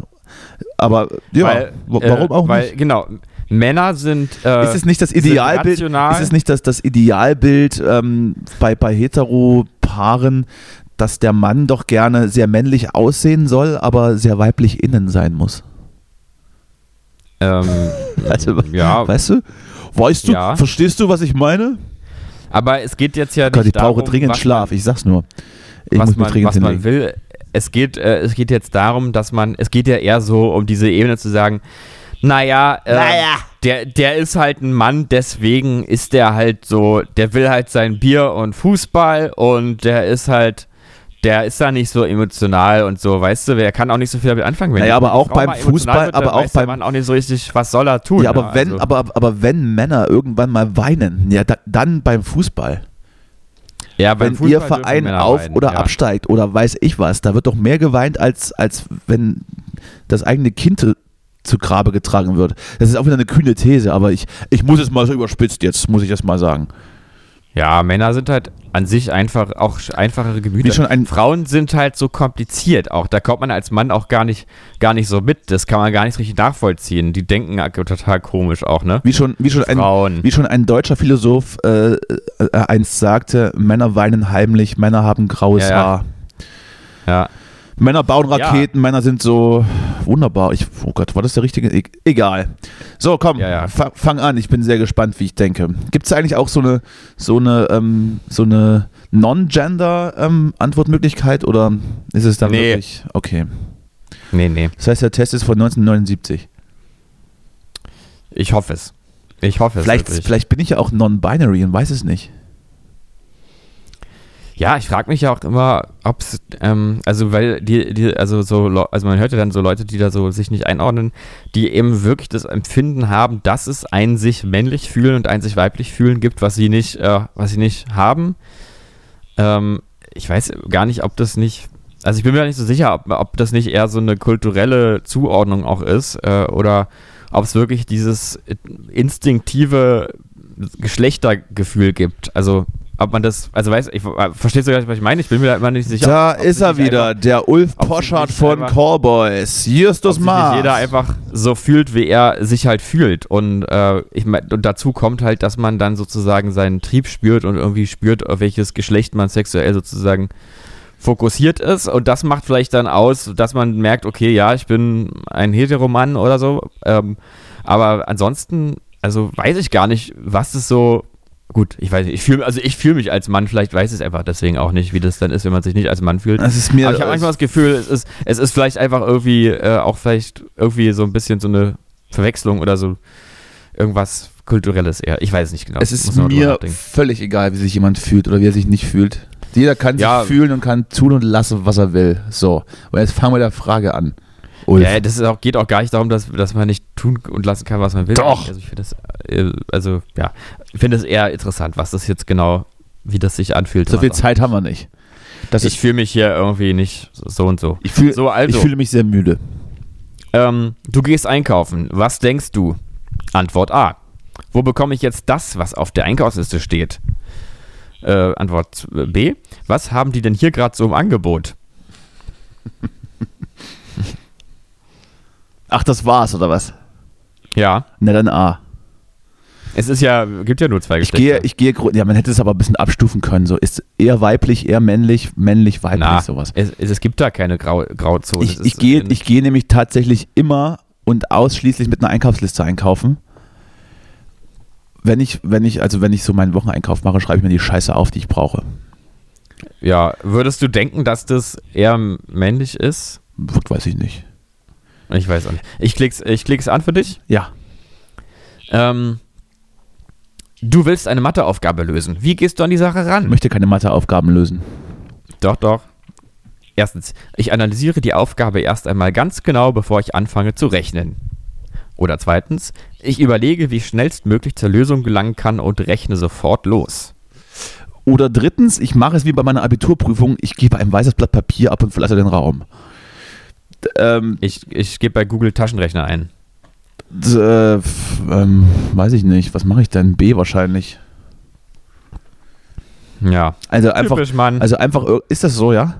D: Aber, ja,
C: Weil,
D: wa- warum
C: äh,
D: auch
C: weil,
D: nicht?
C: Genau, Männer sind, äh,
D: Ist es nicht das
C: sind
D: Idealbild?
C: rational.
D: Ist es nicht das, das Idealbild ähm, bei, bei Hetero-Paaren, dass der Mann doch gerne sehr männlich aussehen soll, aber sehr weiblich innen sein muss?
C: ähm,
D: Also,
C: ja,
D: weißt du? Weißt du,
C: Ja.
D: verstehst du, was ich meine?
C: aber es geht jetzt ja
D: Oh Gott, ich
C: nicht
D: brauche
C: darum,
D: dringend
C: was
D: Schlaf, ich sag's nur. Ich
C: was
D: muss
C: man,
D: mich dringend
C: was man
D: hinlegen.
C: will. Es geht, äh, es geht jetzt darum, dass man, es geht ja eher so um diese Ebene zu sagen, naja, äh, Der, der ist halt ein Mann, deswegen ist der halt so, der will halt sein Bier und Fußball und der ist halt, der ist da nicht so emotional und so, weißt du, wer kann auch nicht so viel damit anfangen. Wenn
D: Naja,
C: die
D: aber auch
C: Frau
D: beim
C: mal emotional
D: Fußball,
C: dann
D: aber auch
C: weiß der
D: beim-
C: Mann auch nicht so richtig, was soll er tun.
D: Ja, aber
C: ne?
D: wenn,
C: Also-
D: aber, aber wenn Männer irgendwann mal weinen, ja, da, dann beim Fußball.
C: ja, beim
D: wenn
C: Fußball
D: ihr
C: dürfen
D: Verein
C: Männer
D: auf
C: weinen,
D: oder
C: ja.
D: absteigt oder weiß ich was, da wird doch mehr geweint, als, als wenn das eigene Kind zu- zu Grabe getragen wird. Das ist auch wieder eine kühne These, aber ich, ich muss es mal so überspitzt jetzt, muss ich das mal sagen.
C: Ja, Männer sind halt an sich einfach auch sch- einfachere Gemüter.
D: Wie schon ein-
C: Frauen sind halt so kompliziert auch. Da kommt man als Mann auch gar nicht, gar nicht so mit. Das kann man gar nicht richtig nachvollziehen. Die denken ak- total komisch auch, ne?
D: Wie schon, wie schon, ein,
C: Frauen.
D: wie schon ein deutscher Philosoph äh, äh, einst sagte, Männer weinen heimlich, Männer haben graues
C: Ja, ja.
D: Haar.
C: Ja.
D: Männer bauen Raketen, Männer sind so wunderbar. Ich, oh Gott, war das der richtige? E egal. So, komm,
C: Ja, ja.
D: fa- fang an. Ich bin sehr gespannt, wie ich denke. Gibt es eigentlich auch so eine, so eine, ähm, so eine Non-Gender-Antwortmöglichkeit oder ist es dann
C: Nee.
D: wirklich? Okay.
C: Nee, nee.
D: Das heißt, der Test ist von 1979.
C: Ich hoffe es. Ich hoffe es.
D: Vielleicht,
C: wirklich.
D: vielleicht bin ich ja auch non-binary und weiß es nicht.
C: Ja, ich frage mich ja auch immer, ob es, ähm, also weil die, die, also so, Le- also man hört ja dann so Leute, die da so sich nicht einordnen, die eben wirklich das Empfinden haben, dass es ein sich männlich fühlen und ein sich weiblich fühlen gibt, was sie nicht, äh, was sie nicht haben. Ähm, ich weiß gar nicht, ob das nicht, also ich bin mir nicht so sicher, ob, ob das nicht eher so eine kulturelle Zuordnung auch ist äh, oder ob es wirklich dieses instinktive Geschlechtergefühl gibt. Also ob man das, also weiß ich, äh, verstehst du gar nicht, was ich meine? Ich bin mir da immer nicht sicher.
D: da
C: ob- ob
D: ist
C: sich
D: er
C: nicht
D: wieder,
C: einfach-
D: der Ulf
C: ob sich
D: Poschardt
C: nicht
D: von
C: einfach-
D: Callboys. Justus
C: ob sich nicht
D: Mars.
C: jeder einfach so fühlt, wie er sich halt fühlt. Und, äh, ich mein, und dazu kommt halt, dass man dann sozusagen seinen Trieb spürt und irgendwie spürt, auf welches Geschlecht man sexuell sozusagen fokussiert ist. Und das macht vielleicht dann aus, dass man merkt, okay, ja, ich bin ein Heteromann oder so. Ähm, aber ansonsten, also weiß ich gar nicht, was es so. Gut, ich weiß nicht, ich fühle also ich fühle mich als Mann, vielleicht weiß ich es einfach deswegen auch nicht, wie das dann ist, wenn man sich nicht als Mann fühlt.
D: Das ist mir-
C: Aber ich habe manchmal das Gefühl, es ist, es ist vielleicht einfach irgendwie äh, auch vielleicht irgendwie so ein bisschen so eine Verwechslung oder so irgendwas kulturelles eher. Ich weiß es nicht genau.
D: Es ist
C: Muss man mal drüber
D: mir
C: nachdenken.
D: völlig egal, wie sich jemand fühlt oder wie er sich nicht fühlt. Jeder kann sich
C: Ja.
D: fühlen und kann tun und lassen, was er will. So, und jetzt fangen wir mit der Frage an. Ulf.
C: Ja, das ist auch, geht auch gar nicht darum, dass, dass man nicht tun und lassen kann, was man will.
D: Doch.
C: Also ich finde das, äh, also ja, ich finde es eher interessant, was das jetzt genau, wie das sich anfühlt.
D: so
C: wenn
D: viel
C: man
D: Zeit haben wir nicht. Das
C: sagt, Ich
D: ist,
C: fühle mich hier irgendwie nicht so und so.
D: ich, fühl,
C: so, also.
D: ich fühle mich sehr müde.
C: Ähm, du gehst einkaufen. Was denkst du? Antwort A. Wo bekomme ich jetzt das, was auf der Einkaufsliste steht? Äh, Antwort B. Was haben die denn hier gerade so im Angebot?
D: Ach, das war's, oder was?
C: Ja,
D: Na dann A.
C: Es ist ja, gibt ja nur zwei
F: Ich gehe,
C: Geschlechter.
F: ich gehe, gro- ja, man hätte es aber ein bisschen abstufen können. So ist eher weiblich, eher männlich, männlich, weiblich,
C: Na,
F: sowas.
C: Es, es, es gibt da keine Grau, Grauzone.
F: Ich,
C: Es
F: ich
C: ist
F: gehe,
C: in-
F: ich gehe nämlich tatsächlich immer und ausschließlich mit einer Einkaufsliste einkaufen.
D: Wenn ich, wenn ich, also wenn ich so meinen Wocheneinkauf mache, schreibe ich mir die Scheiße auf, die ich brauche.
C: Ja, würdest du denken, dass das eher männlich ist?
D: Weiß ich nicht.
C: Ich weiß auch nicht. Ich klick's, ich klick's an für dich.
D: Ja.
C: Ähm, du willst eine Matheaufgabe lösen. Wie gehst du an die Sache
D: Ich
C: ran?
D: möchte keine Matheaufgaben lösen.
C: Doch, doch. Erstens, ich analysiere die Aufgabe erst einmal ganz genau, bevor ich anfange zu rechnen. Oder zweitens, ich überlege, wie ich schnellstmöglich zur Lösung gelangen kann und rechne sofort los.
D: Oder drittens, ich mache es wie bei meiner Abiturprüfung, ich gebe ein weißes Blatt Papier ab und verlasse den Raum. D- Ähm,
C: Ich, ich gebe bei Google Taschenrechner ein.
D: d- äh, f- ähm, weiß ich nicht, was mache ich denn? B wahrscheinlich.
C: Ja,
D: Also einfach,
C: typisch Mann.
D: also einfach, ir- ist das so, ja?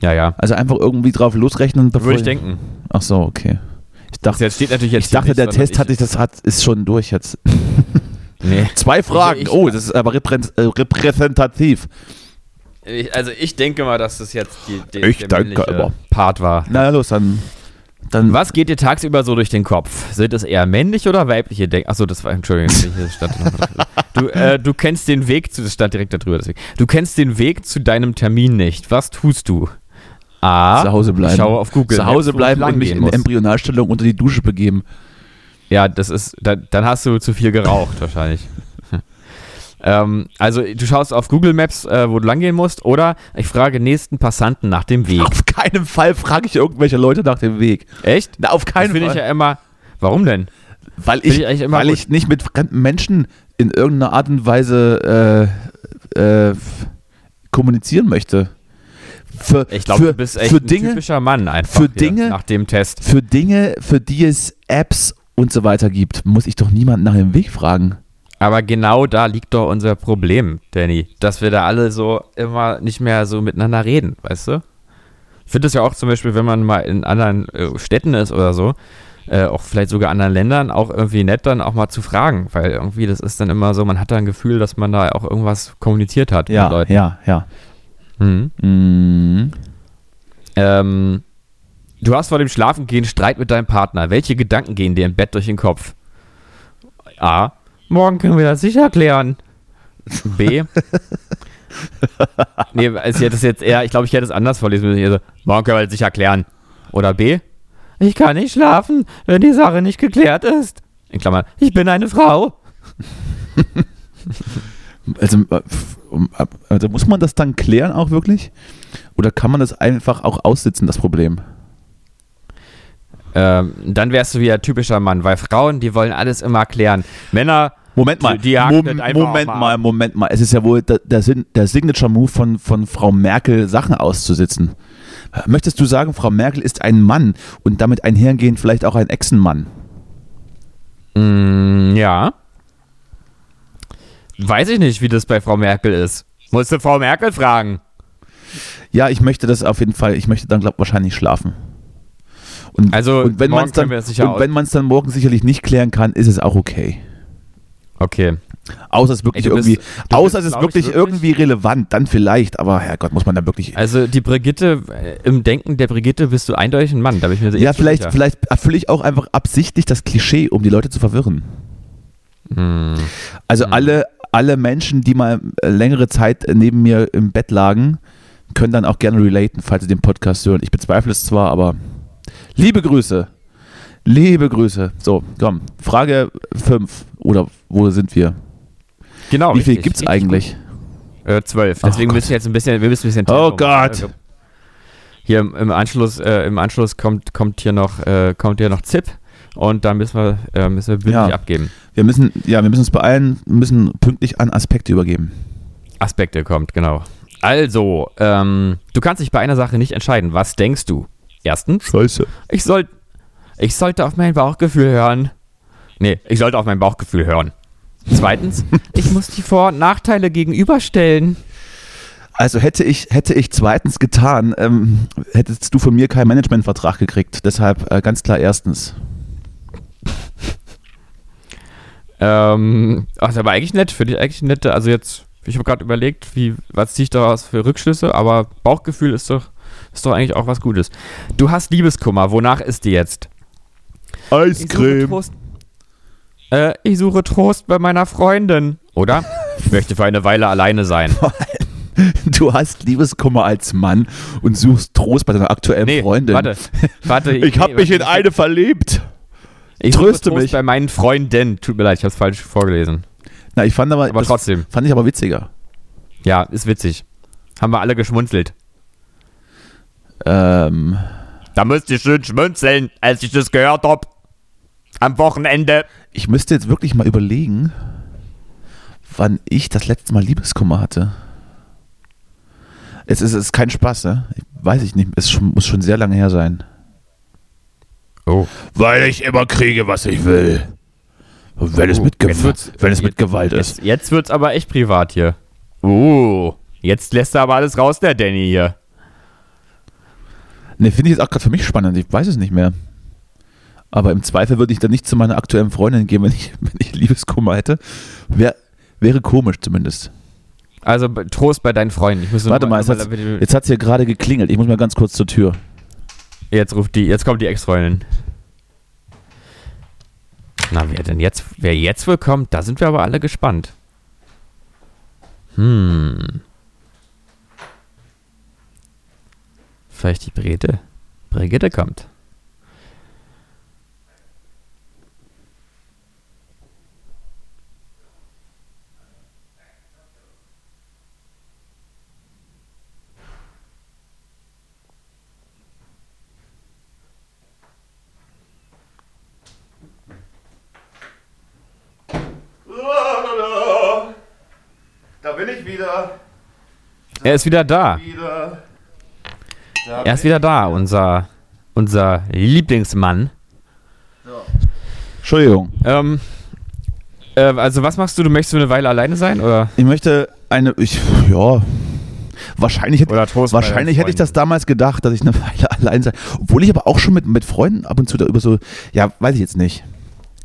C: ja, ja.
D: Also einfach irgendwie drauf losrechnen. bevor
C: Würde ich denken.
D: Ach so, okay. Ich
C: Das
D: dachte,
C: Jetzt steht natürlich jetzt
D: ich dachte
C: hier
D: der
C: nichts,
D: Test hatte
C: sondern
D: ich, das hat, ist schon durch jetzt.
C: Nee.
D: Zwei Fragen.
C: ich-
D: oh, das ist aber reprä- äh, repräsentativ.
C: Ich, also ich denke mal, dass das jetzt die, die,
D: Ich
C: der
D: denke
C: männliche
D: aber.
C: Part war.
D: Na ja, los, dann, dann
C: Was geht dir tagsüber so durch den Kopf? Sind es eher männliche oder weibliche Denken? Achso, das war, Entschuldigung, das stand noch du, äh, du kennst den Weg zu, das stand direkt da drüber, deswegen. Du kennst den Weg zu deinem Termin nicht. Was tust du? A.
D: zu Hause bleiben.
C: Schaue auf Google.
D: zu
C: Maps,
D: Hause
C: wo
D: bleiben
C: ich lang
D: und mich
C: gehen
D: in
C: muss.
D: Embryonalstellung unter die Dusche begeben.
C: Ja, das ist, dann, dann hast du zu viel geraucht wahrscheinlich. ähm, also du schaust auf Google Maps, äh, wo du langgehen musst, oder ich frage nächsten Passanten nach dem Weg.
D: Auf keinen Fall frage ich irgendwelche Leute nach dem Weg.
C: Echt?
D: Na, auf
C: Das
D: keinen
C: finde ich
D: Fall.
C: ja immer. Warum denn?
D: weil
C: find
D: ich,
C: ich eigentlich immer
D: weil
C: gut.
D: ich nicht mit fremden Menschen in irgendeiner Art und Weise äh, äh, f- kommunizieren möchte. Für,
C: Ich glaube,
D: für,
C: du bist echt
D: für
C: ein
D: Dinge,
C: typischer Mann einfach.
D: für
C: hier
D: Dinge-
C: nach dem Test.
D: für Dinge, für die es Apps und so weiter gibt, muss ich doch niemanden nach dem Weg fragen.
C: Aber genau da liegt doch unser Problem, Danny. Dass wir da alle so immer nicht mehr so miteinander reden, weißt du? Ich finde es ja auch zum Beispiel, wenn man mal in anderen äh, Städten ist oder so, äh, auch vielleicht sogar anderen Ländern, auch irgendwie nett dann auch mal zu fragen. Weil irgendwie, das ist dann immer so, man hat da ein Gefühl, dass man da auch irgendwas kommuniziert hat mit Leuten.
D: ja, ja.
C: Mhm.
D: Mhm.
C: Ähm, du hast vor dem Schlafengehen Streit mit deinem Partner. Welche Gedanken gehen dir im Bett durch den Kopf? A. Morgen können wir das sicher klären. B. nee, also ich hätte es jetzt eher, ich glaube, ich hätte es anders vorlesen müssen. Also, morgen können wir das sicher klären. Oder B. Ich kann nicht schlafen, wenn die Sache nicht geklärt ist. In Klammern, ich bin eine Frau.
D: Also, äh, f- um, ab- also muss man das dann klären auch wirklich? Oder kann man das einfach auch aussitzen, das Problem?
C: Ähm, dann wärst du wieder typischer Mann, weil Frauen, die wollen alles immer klären. Männer,
D: Moment mal,
C: Die- die hakt nicht einfach
D: Moment
C: auch mal
D: mal,
C: ab.
D: Moment mal. Es ist ja wohl der, der, Sin- der Signature-Move von, von Frau Merkel, Sachen auszusitzen. Äh, Möchtest du sagen, Frau Merkel ist ein Mann und damit einhergehend vielleicht auch ein Echsenmann?
C: Mm, ja. Weiß ich nicht, wie das bei Frau Merkel ist. Musst du Frau Merkel fragen.
D: Ja, ich möchte das auf jeden Fall. Ich möchte dann, glaube ich, wahrscheinlich schlafen. Und,
C: Also,
D: und wenn
C: morgen
D: man es dann,
C: können wir das sicher
D: und wenn man's dann morgen sicherlich nicht klären kann, ist es auch okay.
C: Okay.
D: Außer es ist wirklich
C: Ey, du bist-
D: irgendwie,
C: du bist,
D: außer es ist
C: glaub ich,
D: wirklich,
C: wirklich-
D: irgendwie relevant, dann vielleicht, aber Herrgott, muss man da wirklich.
C: Also die Brigitte, äh, im Denken der Brigitte bist du eindeutig ein Mann, da bin ich mir
D: ja,
C: jetzt schon
D: vielleicht,
C: sicher.
D: vielleicht erfülle ich auch einfach absichtlich das Klischee, um die Leute zu verwirren.
C: Hm.
D: Also alle, alle Menschen, die mal äh, längere Zeit neben mir im Bett lagen, können dann auch gerne relaten, falls sie den Podcast hören. Ich bezweifle es zwar, aber liebe Grüße. Liebe Grüße. So, komm. Frage 5. Oder wo sind wir?
C: Genau.
D: Wie viel
C: richtig.
D: gibt's eigentlich?
C: Äh, zwölf.
D: Oh
C: Deswegen
D: Gott.
C: müssen wir jetzt ein bisschen, wir müssen ein bisschen.
D: Oh
C: Tempo machen. Also,
D: Gott.
C: Hier im, im Anschluss, äh, im Anschluss kommt, kommt hier noch, äh, kommt hier noch Zip und da müssen wir, äh, müssen wir bündig
D: Ja.
C: abgeben.
D: Wir müssen, ja, wir müssen uns beeilen, müssen pünktlich an Aspekte übergeben.
C: Aspekte kommt, genau. Also, ähm, du kannst dich bei einer Sache nicht entscheiden. Was denkst du? Erstens,
D: Scheiße.
C: ich, soll, ich sollte auf mein Bauchgefühl hören. Nee, ich sollte auf mein Bauchgefühl hören. Zweitens, ich muss die Vor- und Nachteile gegenüberstellen.
D: Also hätte ich, hätte ich zweitens getan, ähm, hättest du von mir keinen Managementvertrag gekriegt. Deshalb äh, ganz klar erstens.
C: Ähm, ach, ist aber eigentlich nett, finde ich eigentlich nett. Also jetzt, ich habe gerade überlegt, wie, was ziehe ich daraus für Rückschlüsse, aber Bauchgefühl ist doch, ist doch eigentlich auch was Gutes. Du hast Liebeskummer, wonach ist dir jetzt? Ich suche
D: Eiscreme.
C: Trost, äh, ich suche Trost bei meiner Freundin, oder? Ich möchte für eine Weile alleine sein.
D: Du hast Liebeskummer als Mann und suchst Trost bei deiner aktuellen
C: Nee,
D: Freundin.
C: warte, warte.
D: Ich habe
C: nee,
D: mich
C: warte,
D: in eine verliebt.
C: ich suche
D: tröste
C: Trost
D: mich.
C: bei meinen Freunden. Tut mir leid, ich habe es falsch vorgelesen.
D: Na, ich fand aber,
C: Aber
D: das
C: trotzdem.
D: fand ich aber witziger.
C: Ja, ist witzig. Haben wir alle geschmunzelt.
D: Ähm,
C: Da müsst ihr schön schmunzeln, als ich das gehört hab. Am Wochenende.
D: ich müsste jetzt wirklich mal überlegen, wann ich das letzte Mal Liebeskummer hatte. Es ist, es ist kein Spaß, ne? Ich weiß ich nicht. Es schon, muss schon sehr lange her sein.
C: Oh.
D: Weil ich immer kriege, was ich will. Und wenn, es,
C: Oh,
D: mit Ge-
C: jetzt wird's-
D: wenn es mit
C: jetzt-
D: Gewalt ist.
C: Jetzt, jetzt wird's aber echt privat hier. Uh. Jetzt lässt er aber alles raus, der Danny hier.
D: Ne, finde ich jetzt auch gerade für mich spannend. Ich weiß es nicht mehr. Aber im Zweifel würde ich dann nicht zu meiner aktuellen Freundin gehen, wenn ich, wenn ich Liebeskummer hätte. Wär, wäre komisch zumindest.
C: Also b- Trost bei deinen Freunden. Ich muss
D: Warte
C: nur-
D: mal, es hat,
C: bitte-
D: jetzt hat es hier gerade geklingelt. Ich muss mal ganz kurz zur Tür.
C: Jetzt ruft die, jetzt kommt die Ex-Freundin. Na, wer denn jetzt, wer jetzt wohl kommt, da sind wir aber alle gespannt. Hm. Vielleicht die Brigitte. Brigitte kommt.
G: Da bin ich wieder,
C: Er ist wieder da.
G: wieder.
C: Er ist wieder da, unser, unser Lieblingsmann.
D: Entschuldigung.
C: Ähm, äh, also was machst du? Du möchtest so eine Weile alleine sein? Oder,
D: Ich möchte eine. Ich, ja. Wahrscheinlich hätte,
C: oder Trost bei deinen
D: wahrscheinlich hätte ich
C: Freunden?
D: das damals gedacht, dass ich eine Weile allein sei. Obwohl ich aber auch schon mit, mit Freunden ab und zu da über so. Ja, weiß ich jetzt nicht.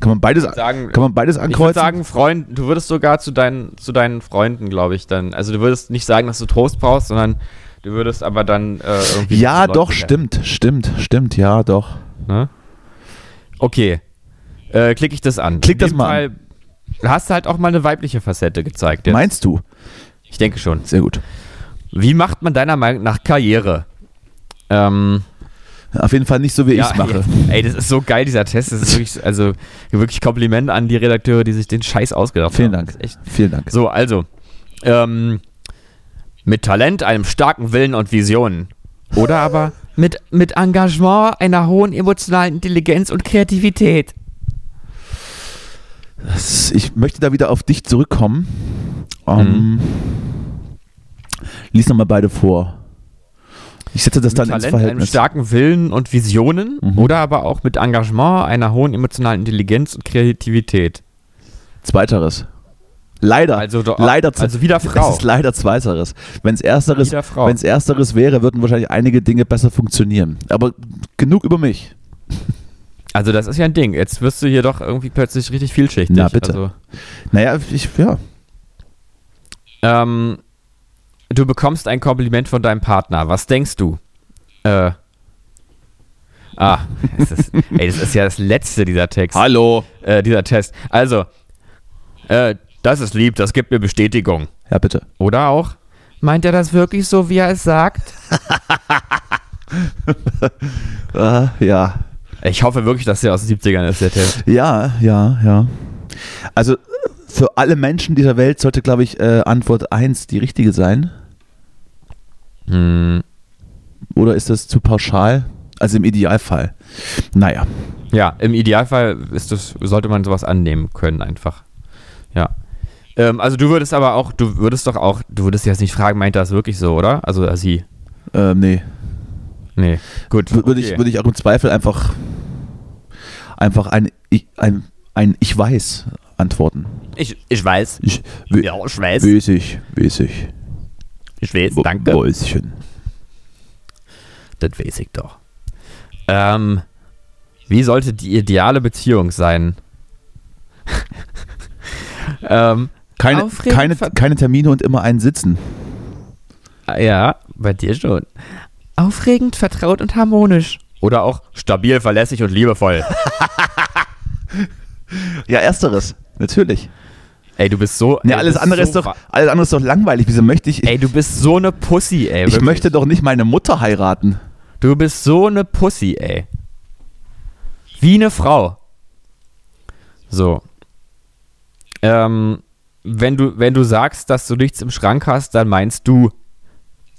D: Kann man beides,
C: Sagen-
D: kann man beides
C: Ich würde
D: ankreuzen?
C: sagen, Freund, du würdest sogar zu deinen, zu deinen Freunden, glaube ich, dann. Also du würdest nicht sagen, dass du Trost brauchst, sondern du würdest aber dann äh, irgendwie.
D: ja,
C: zu Leuten
D: doch,
C: gehen.
D: stimmt, stimmt, stimmt, ja, doch.
C: Ne? Okay. Äh, klicke ich das an.
D: Klick das
C: dem
D: mal
C: Fall Hast du halt auch mal eine weibliche Facette gezeigt. Jetzt.
D: Meinst du?
C: Ich denke schon.
D: Sehr gut.
C: Wie macht man deiner Meinung nach Karriere? Ähm,
D: Auf jeden Fall nicht so, wie ich
C: ja,
D: es mache.
C: Ey, das ist so geil, dieser Test. Das ist wirklich, also wirklich Kompliment an die Redakteure, die sich den Scheiß ausgedacht
D: Vielen
C: haben.
D: Dank.
C: Das ist Echt
D: Vielen Dank.
C: So, also. Ähm, mit Talent, einem starken Willen und Visionen. Oder aber mit, mit Engagement, einer hohen emotionalen Intelligenz und Kreativität.
D: Das- Ich möchte da wieder auf dich zurückkommen. Ähm,
C: Mhm.
D: Lies nochmal beide vor. Ich setze das
C: Mit
D: dann ins
C: Talent, einem
D: Verhältnis. Mhm.
C: starken Willen und Visionen. Oder aber auch mit Engagement, einer hohen emotionalen Intelligenz und Kreativität.
D: Zweiteres. Leider.
C: Also doch-
D: leider
C: also wieder Frau.
D: Es ist leider Zweiteres. Wenn es Ersteres,
C: Wieder Frau.
D: wenn's ersteres wäre, würden wahrscheinlich einige Dinge besser funktionieren. Aber genug über mich.
C: Also, das ist ja ein Ding. Jetzt wirst du hier doch irgendwie plötzlich richtig vielschichtig.
D: Na, bitte.
C: Also,
D: Naja, ich, ja.
C: ähm, du bekommst ein Kompliment von deinem Partner. Was denkst du? Äh. Ah, es ist, ey, das ist ja das letzte dieser Text,
D: Hallo.
C: äh, dieser Test. Also, äh, das ist lieb, das gibt mir Bestätigung.
D: Ja, bitte.
C: Oder auch? Meint er das wirklich so, wie er es sagt?
D: Ah, ja.
C: Ich hoffe wirklich, dass der aus den 70ern ist, der Test.
D: Ja, ja, ja. Also für alle Menschen dieser Welt sollte, glaube ich, äh, Antwort 1 die richtige sein.
C: Hm,
D: Oder ist das zu pauschal? Also im Idealfall. Naja,
C: ja, im Idealfall ist das, sollte man sowas annehmen können, einfach. Ja. Ähm, also, du würdest aber auch, du würdest doch auch, du würdest jetzt nicht fragen, meint er das wirklich so, oder? Also, äh, sie.
D: ähm, nee.
C: Nee, gut.
D: W würde, ich,
C: okay.
D: würde ich auch im Zweifel einfach, einfach ein, ich, ein, ein Ich weiß antworten.
C: ich, ich weiß.
D: Ich, we
C: Ja, ich weiß.
D: Weiß ich, weiß ich.
C: Ich weiß,
D: Wo-
C: danke.
D: Mäuschen.
C: Das weiß ich doch. Ähm, wie sollte die ideale Beziehung sein? ähm,
D: Keine,
C: Auf jeden
D: keine,
C: Fall.
D: keine Termine und immer einen sitzen.
C: ja, bei dir schon. Aufregend, vertraut und harmonisch. Oder auch stabil, verlässlich und liebevoll.
D: Ja, ersteres. Natürlich.
C: Ey, du bist so.
D: Ja,
C: ey,
D: alles
C: du bist
D: andere,
C: so
D: ist doch,
C: wa-
D: alles andere ist doch langweilig. Wieso möchte ich.
C: Ey, du bist so eine Pussy, ey.
D: ich
C: wirklich.
D: möchte doch nicht meine Mutter heiraten.
C: Du bist so eine Pussy, ey. Wie eine Frau. So. Ähm, wenn du, wenn du sagst, dass du nichts im Schrank hast, dann meinst du,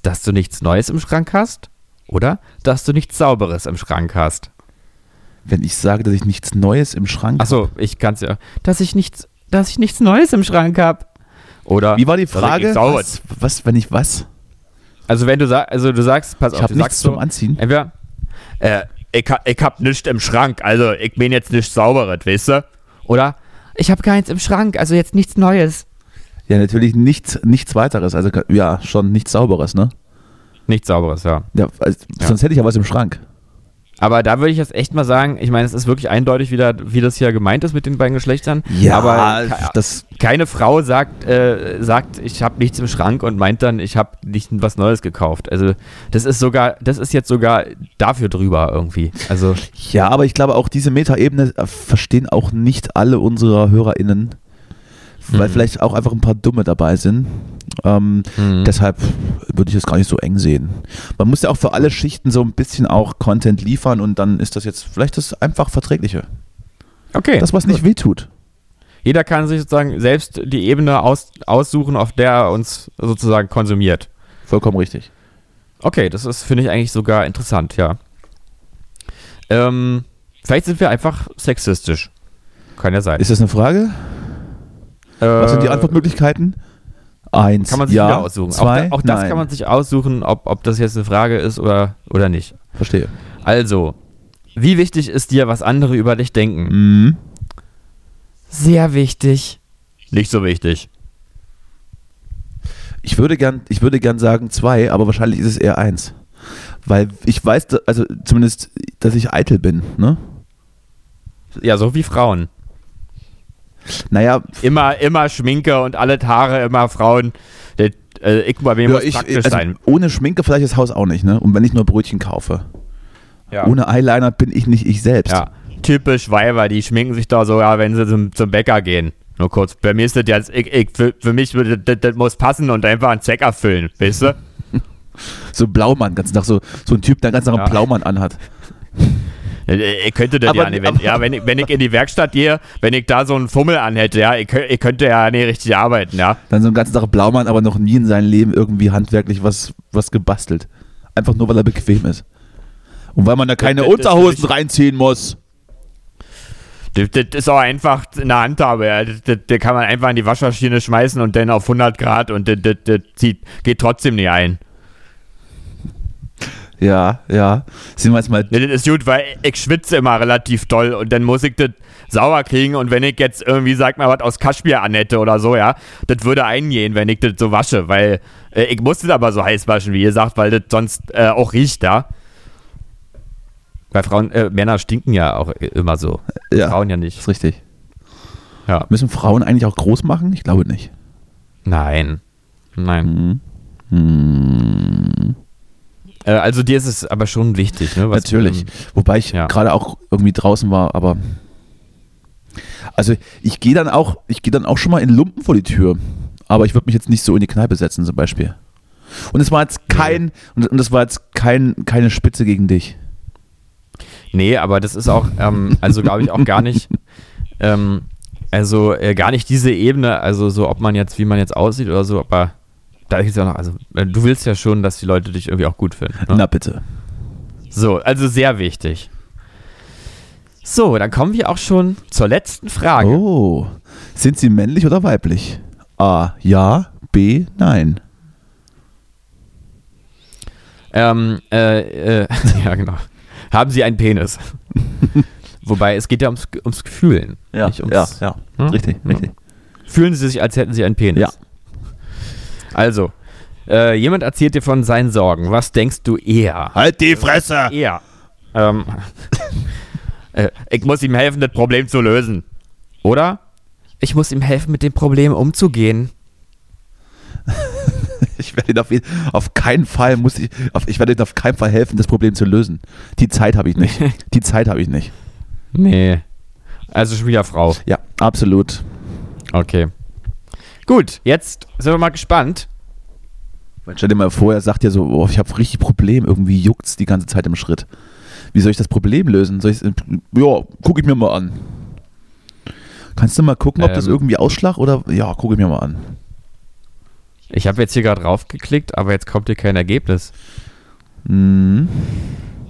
C: dass du nichts Neues im Schrank hast? Oder dass du nichts Sauberes im Schrank hast?
D: Wenn ich sage, dass ich nichts Neues im Schrank
C: Achso, ich kann's ja. Dass ich nichts, dass ich nichts Neues im Schrank hab. Oder.
D: Wie war die
C: dass ich
D: Frage?
C: nichts Sauberes-
D: Was, was, wenn ich was?
C: Also wenn du sagst, also du sagst, pass
D: Ich
C: auf,
D: hab
C: du
D: nichts
C: sagst
D: zum
C: so,
D: Anziehen.
C: Entweder, äh, ich, ha- ich hab nichts im Schrank, also ich bin jetzt nicht sauberes, weißt du? Oder ich hab keins im Schrank, also jetzt nichts Neues.
D: Ja, natürlich nichts, nichts weiteres. Also, ja, schon nichts Sauberes, ne?
C: Nichts sauberes, ja.
D: Ja, also,
C: Ja.
D: sonst hätte ich ja was im Schrank.
C: Aber da würde ich jetzt echt mal sagen, ich meine, es ist wirklich eindeutig wieder, wie das hier gemeint ist mit den beiden Geschlechtern. aber ke-
D: das,
C: keine Frau sagt, äh, sagt, ich habe nichts im Schrank und meint dann, ich habe nicht was Neues gekauft. Also das ist sogar, das ist jetzt sogar dafür drüber irgendwie. Also
D: ja, aber ich glaube auch diese Metaebene äh, verstehen auch nicht alle unserer HörerInnen, weil vielleicht auch einfach ein paar Dumme dabei sind. Ähm,
C: Mhm.
D: Deshalb würde ich es gar nicht so eng sehen. Man muss ja auch für alle Schichten so ein bisschen auch Content liefern und dann ist das jetzt vielleicht das einfach Verträgliche.
C: okay.
D: Das, was nicht wehtut.
C: Jeder kann sich sozusagen selbst die Ebene aus, aussuchen, auf der er uns sozusagen konsumiert.
D: Vollkommen richtig.
C: Okay, das ist, finde ich, eigentlich sogar interessant, ja. Ähm, vielleicht sind wir einfach sexistisch. Kann ja sein.
D: Ist das eine Frage? Was sind die Antwortmöglichkeiten?
C: Äh,
D: Eins.
C: Kann man sich
D: ja,
C: wieder aussuchen.
D: Zwei,
C: auch, da- auch das
D: nein.
C: kann man sich aussuchen, ob, ob das jetzt eine Frage ist oder, oder nicht.
D: Verstehe.
C: Also, wie wichtig ist dir, was andere über dich denken?
D: Mhm.
C: Sehr wichtig. Nicht so wichtig.
D: Ich würde gern, ich würde gern sagen zwei, aber wahrscheinlich ist es eher eins. Weil ich weiß, da- also zumindest, dass ich eitel bin, ne?
C: Ja, so wie Frauen.
D: Naja,
C: immer, immer Schminke und alle Haare immer Frauen. Das, äh, ich bei mir
D: ja,
C: muss
D: ich,
C: praktisch
D: also
C: sein.
D: ohne Schminke vielleicht das Haus auch nicht, ne? Und wenn ich nur Brötchen kaufe.
C: Ja.
D: Ohne Eyeliner bin ich nicht ich selbst.
C: ja. Typisch Weiber, die schminken sich da sogar, wenn sie zum, zum Bäcker gehen. Nur kurz, bei mir ist das jetzt, ich, ich, für, für mich, würde- das, das muss passen und einfach einen Zweck erfüllen, weißt du?
D: So Blaumann, ganz nach so, so ein Typ, der ganz nach einem
C: Ja.
D: Blaumann anhat.
C: Äh, Ich ich könnte das
D: Aber-
C: ja nicht, wenn, ja, wenn, ich, wenn ich in die Werkstatt gehe, wenn ich da so einen Fummel anhätte, ja, ich, kö- ich könnte ja nicht richtig arbeiten, ja.
D: Dann so einen ganzen Tag Blaumann, aber noch nie in seinem Leben irgendwie handwerklich was, was gebastelt. Einfach nur, weil er bequem ist. Und weil man da keine
C: das- das-
D: Unterhosen
C: das-
D: reinziehen muss.
C: Das, das ist auch einfach in der Handhabe. Ja. Das, das, das kann man einfach in die Waschmaschine schmeißen und dann auf 100 Grad und das, das, das zieht, geht trotzdem nicht ein.
D: Ja, ja. Sind wir jetzt mal.
C: Ne, das ist gut, weil ich schwitze immer relativ doll und dann muss ich das sauer kriegen und wenn ich jetzt irgendwie, sag mal, was aus Kaschmir anhätte oder so, ja, das würde eingehen, wenn ich das so wasche, weil äh, ich muss das aber so heiß waschen, wie ihr sagt, weil das sonst äh, auch riecht, ja. Weil Frauen, äh, Männer stinken ja auch äh, immer so.
D: Ja.
C: Frauen ja nicht.
D: Ist richtig.
C: Ja.
D: Müssen Frauen eigentlich auch groß machen? Ich glaube nicht.
C: Nein. Nein.
D: Mhm.
C: Äh, also dir ist es aber schon wichtig, ne? was-
D: Natürlich. Wobei ich
C: ja.
D: gerade auch irgendwie draußen war, aber. Also ich gehe dann auch, ich gehe dann auch schon mal in Lumpen vor die Tür. Aber ich würde mich jetzt nicht so in die Kneipe setzen, zum Beispiel. Und es war jetzt kein, und, und das war jetzt kein, keine Spitze gegen dich.
C: Nee, aber das ist auch, ähm, also glaube ich auch gar nicht, ähm, also äh, gar nicht diese Ebene, also so, ob man jetzt, wie man jetzt aussieht oder so, aber da ist ja noch, also äh, du willst ja schon, dass die Leute dich irgendwie auch gut finden. Ne?
D: Na bitte.
C: So, also sehr wichtig. So, dann kommen wir auch schon zur letzten Frage.
D: Oh. Sind sie männlich oder weiblich? A. Ja. B. Nein.
C: Ähm, äh, äh, ja, genau. Haben sie einen Penis? Wobei, es geht ja ums, ums Gefühlen. nicht ums,
D: ja.
C: Hm?
D: Richtig,
C: Hm?
D: richtig.
C: Fühlen Sie sich, als hätten Sie einen Penis?
D: Ja.
C: Also, äh, jemand erzählt dir von seinen Sorgen. Was denkst du eher?
D: Halt die Fresse!
C: Eher. Ähm, äh, ich muss ihm helfen, das Problem zu lösen. Oder? Ich muss ihm helfen, mit dem Problem umzugehen.
D: Ich werde ihn auf, jeden- auf keinen Fall muss ich, auf, ich werde ihnen auf keinen Fall helfen, das Problem zu lösen. Die Zeit habe ich nicht. Die Zeit habe ich nicht.
C: Nee. Also schon wieder Frau.
D: Ja, absolut.
C: Okay. Gut, jetzt sind wir mal gespannt.
D: Man stell dir mal vor, er sagt dir so, oh, ich habe richtig Problem, irgendwie juckt's die ganze Zeit im Schritt. Wie soll ich das Problem lösen? Soll ich's, ja, gucke ich mir mal an. Kannst du mal gucken, ob das
C: Ähm.
D: irgendwie Ausschlag oder ja, gucke ich mir mal an.
C: Ich habe jetzt hier gerade draufgeklickt, aber jetzt kommt hier kein Ergebnis. Ähm.
D: Mhm.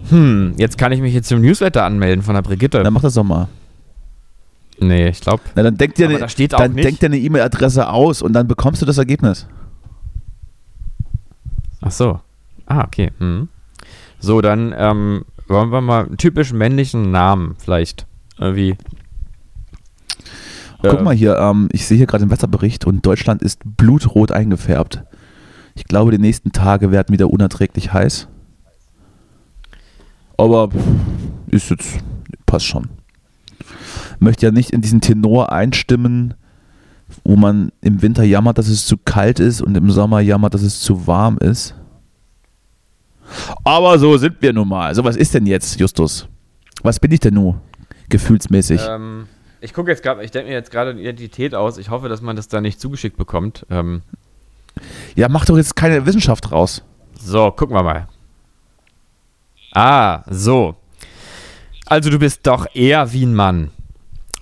C: Hm, jetzt kann ich mich jetzt zum Newsletter anmelden von der Brigitte.
D: Dann mach das doch mal.
C: nee, ich glaube.
D: Na, dann denk dir,
C: Aber
D: eine-
C: da steht auch
D: dann
C: nicht.
D: denk dir eine E-Mail-Adresse aus und dann bekommst du das Ergebnis.
C: Ach so. Ah, okay. Hm. So, dann ähm, wollen wir mal einen typisch männlichen Namen vielleicht. Irgendwie.
D: Guck
C: Äh,
D: mal hier, ähm, ich sehe hier gerade den Wetterbericht und Deutschland ist blutrot eingefärbt. Ich glaube, die nächsten Tage werden wieder unerträglich heiß. Aber ist jetzt, passt schon. Möchte ja nicht in diesen Tenor einstimmen, wo man im Winter jammert, dass es zu kalt ist und im Sommer jammert, dass es zu warm ist. Aber so sind wir nun mal. So, was ist denn jetzt, Justus? Was bin ich denn nun? Gefühlsmäßig.
C: Ähm, ich gucke jetzt gerade, ich denke mir jetzt gerade eine Identität aus. Ich hoffe, dass man das da nicht zugeschickt bekommt. Ähm,
D: Ja, mach doch jetzt keine Wissenschaft raus.
C: So, gucken wir mal. Ah, so. Also du bist doch eher wie ein Mann.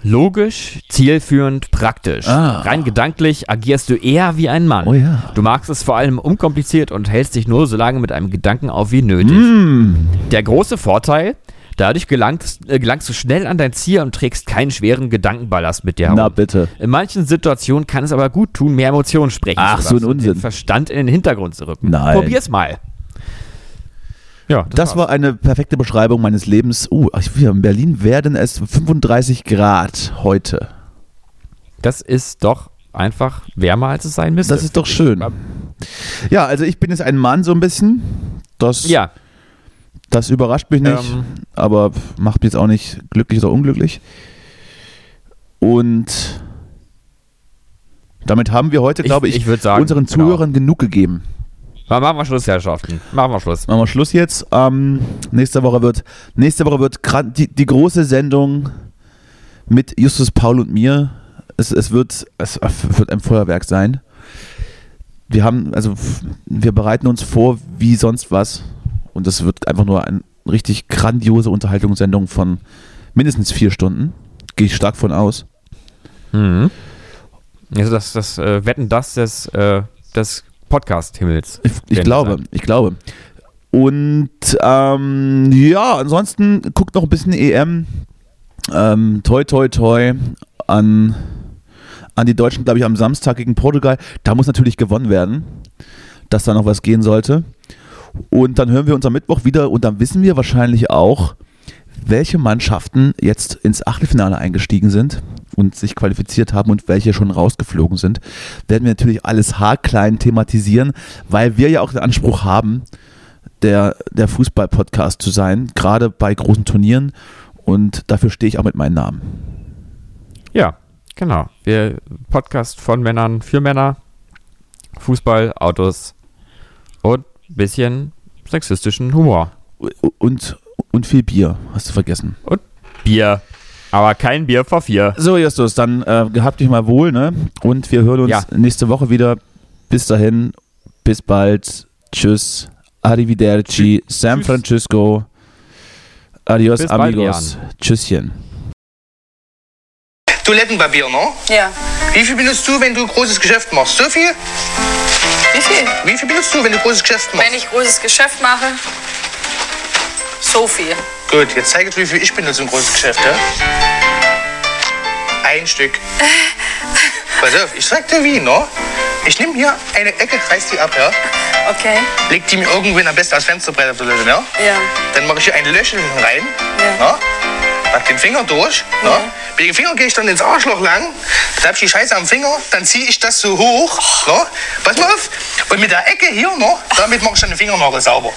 C: Logisch, zielführend, praktisch.
D: Ah.
C: Rein gedanklich agierst du eher wie ein Mann.
D: Oh ja.
C: Du magst es vor allem unkompliziert und hältst dich nur so lange mit einem Gedanken auf wie nötig.
D: Hm. Mm.
C: Der große Vorteil, dadurch gelangst, äh, gelangst du schnell an dein Ziel und trägst keinen schweren Gedankenballast mit dir herum.
D: Na bitte.
C: In manchen Situationen kann es aber gut tun, mehr Emotionen sprechen zu
D: Ach, so ein
C: lassen und
D: Unsinn.
C: Den Verstand in den Hintergrund zu rücken.
D: Nein.
C: Probier's mal. Ja,
D: Das war eine perfekte Beschreibung meines Lebens. Uh, ich- wir in Berlin werden es 35 Grad heute.
C: das ist doch einfach wärmer, als es sein müsste.
D: Das ist doch schön. Ja, also ich bin jetzt ein Mann so ein bisschen. Das,
C: ja,
D: das überrascht mich nicht,
C: ähm,
D: aber macht mich jetzt auch nicht glücklich oder unglücklich. Und damit haben wir heute,
C: Ich-
D: glaube ich,
C: ich würd sagen,
D: unseren
C: genau.
D: Zuhörern genug gegeben.
C: mal machen wir Schluss, Herrschaften. Machen wir Schluss.
D: Machen wir Schluss jetzt. Ähm, nächste Woche wird, nächste Woche wird gran- die, die große Sendung mit Justus Paul und mir. Es, es, wird, es wird ein Feuerwerk sein. Wir haben, also f- wir bereiten uns vor wie sonst was. Und es wird einfach nur eine richtig grandiose Unterhaltungssendung von mindestens vier Stunden. Gehe ich stark von aus.
C: Mhm. Also das, das äh, Wetten, das des, äh, des Podcast-Himmels.
D: Ich, ich
C: Könnte
D: glaube,
C: sein.
D: ich glaube. Und ähm, ja, ansonsten guckt noch ein bisschen EM. Ähm, toi, toi, toi an, an die Deutschen, glaube ich, am Samstag gegen Portugal. Da muss natürlich gewonnen werden, dass da noch was gehen sollte. Und dann hören wir uns am Mittwoch wieder und dann wissen wir wahrscheinlich auch, welche Mannschaften jetzt ins Achtelfinale eingestiegen sind und sich qualifiziert haben und welche schon rausgeflogen sind, werden wir natürlich alles haarklein thematisieren, weil wir ja auch den Anspruch haben, der, der Fußball-Podcast zu sein, gerade bei großen Turnieren. Und dafür stehe ich auch mit meinem Namen.
C: Ja, genau. Wir Podcast von Männern für Männer, Fußball, Autos und bisschen sexistischen Humor.
D: Und, und viel Bier, hast du vergessen.
C: Bier. Aber kein Bier vor vier.
D: So, Justus, dann äh, gehabt dich mal wohl, ne? Und wir hören uns
C: Ja.
D: nächste Woche wieder. Bis dahin, bis bald. Tschüss. Arrivederci. San
C: Tschüss.
D: Francisco. Adios,
C: Bis bald,
D: amigos. Tschüsschen.
H: Toilettenpapier, ne?
I: Ja.
H: Wie viel benutzt du, wenn du großes Geschäft machst? So viel?
I: Wie viel?
H: Wie viel benutzt du, wenn du großes Geschäft machst?
I: Wenn ich großes Geschäft mache, so viel.
H: Gut, jetzt zeige ich dir, wie viel ich benutze im großes Geschäft, ja? Ein Stück.
I: Äh.
H: Pass auf, ich zeig dir wie, ne? Ich nehme hier eine Ecke, reiß die ab, ja?
I: Okay.
H: Leg die mir irgendwen am besten als Fensterbrett auf die Toilette, ne?
I: Ja.
H: Dann mache ich hier ein Löchchen rein,
I: Ja.
H: ne? Mach den Finger durch, ne? Mit dem Finger gehe ich dann ins Arschloch lang, bleib die Scheiße am Finger, dann ziehe ich das so hoch, ne? Pass mal auf, und mit der Ecke hier, ne? Damit mache ich dann den Fingernagel sauber.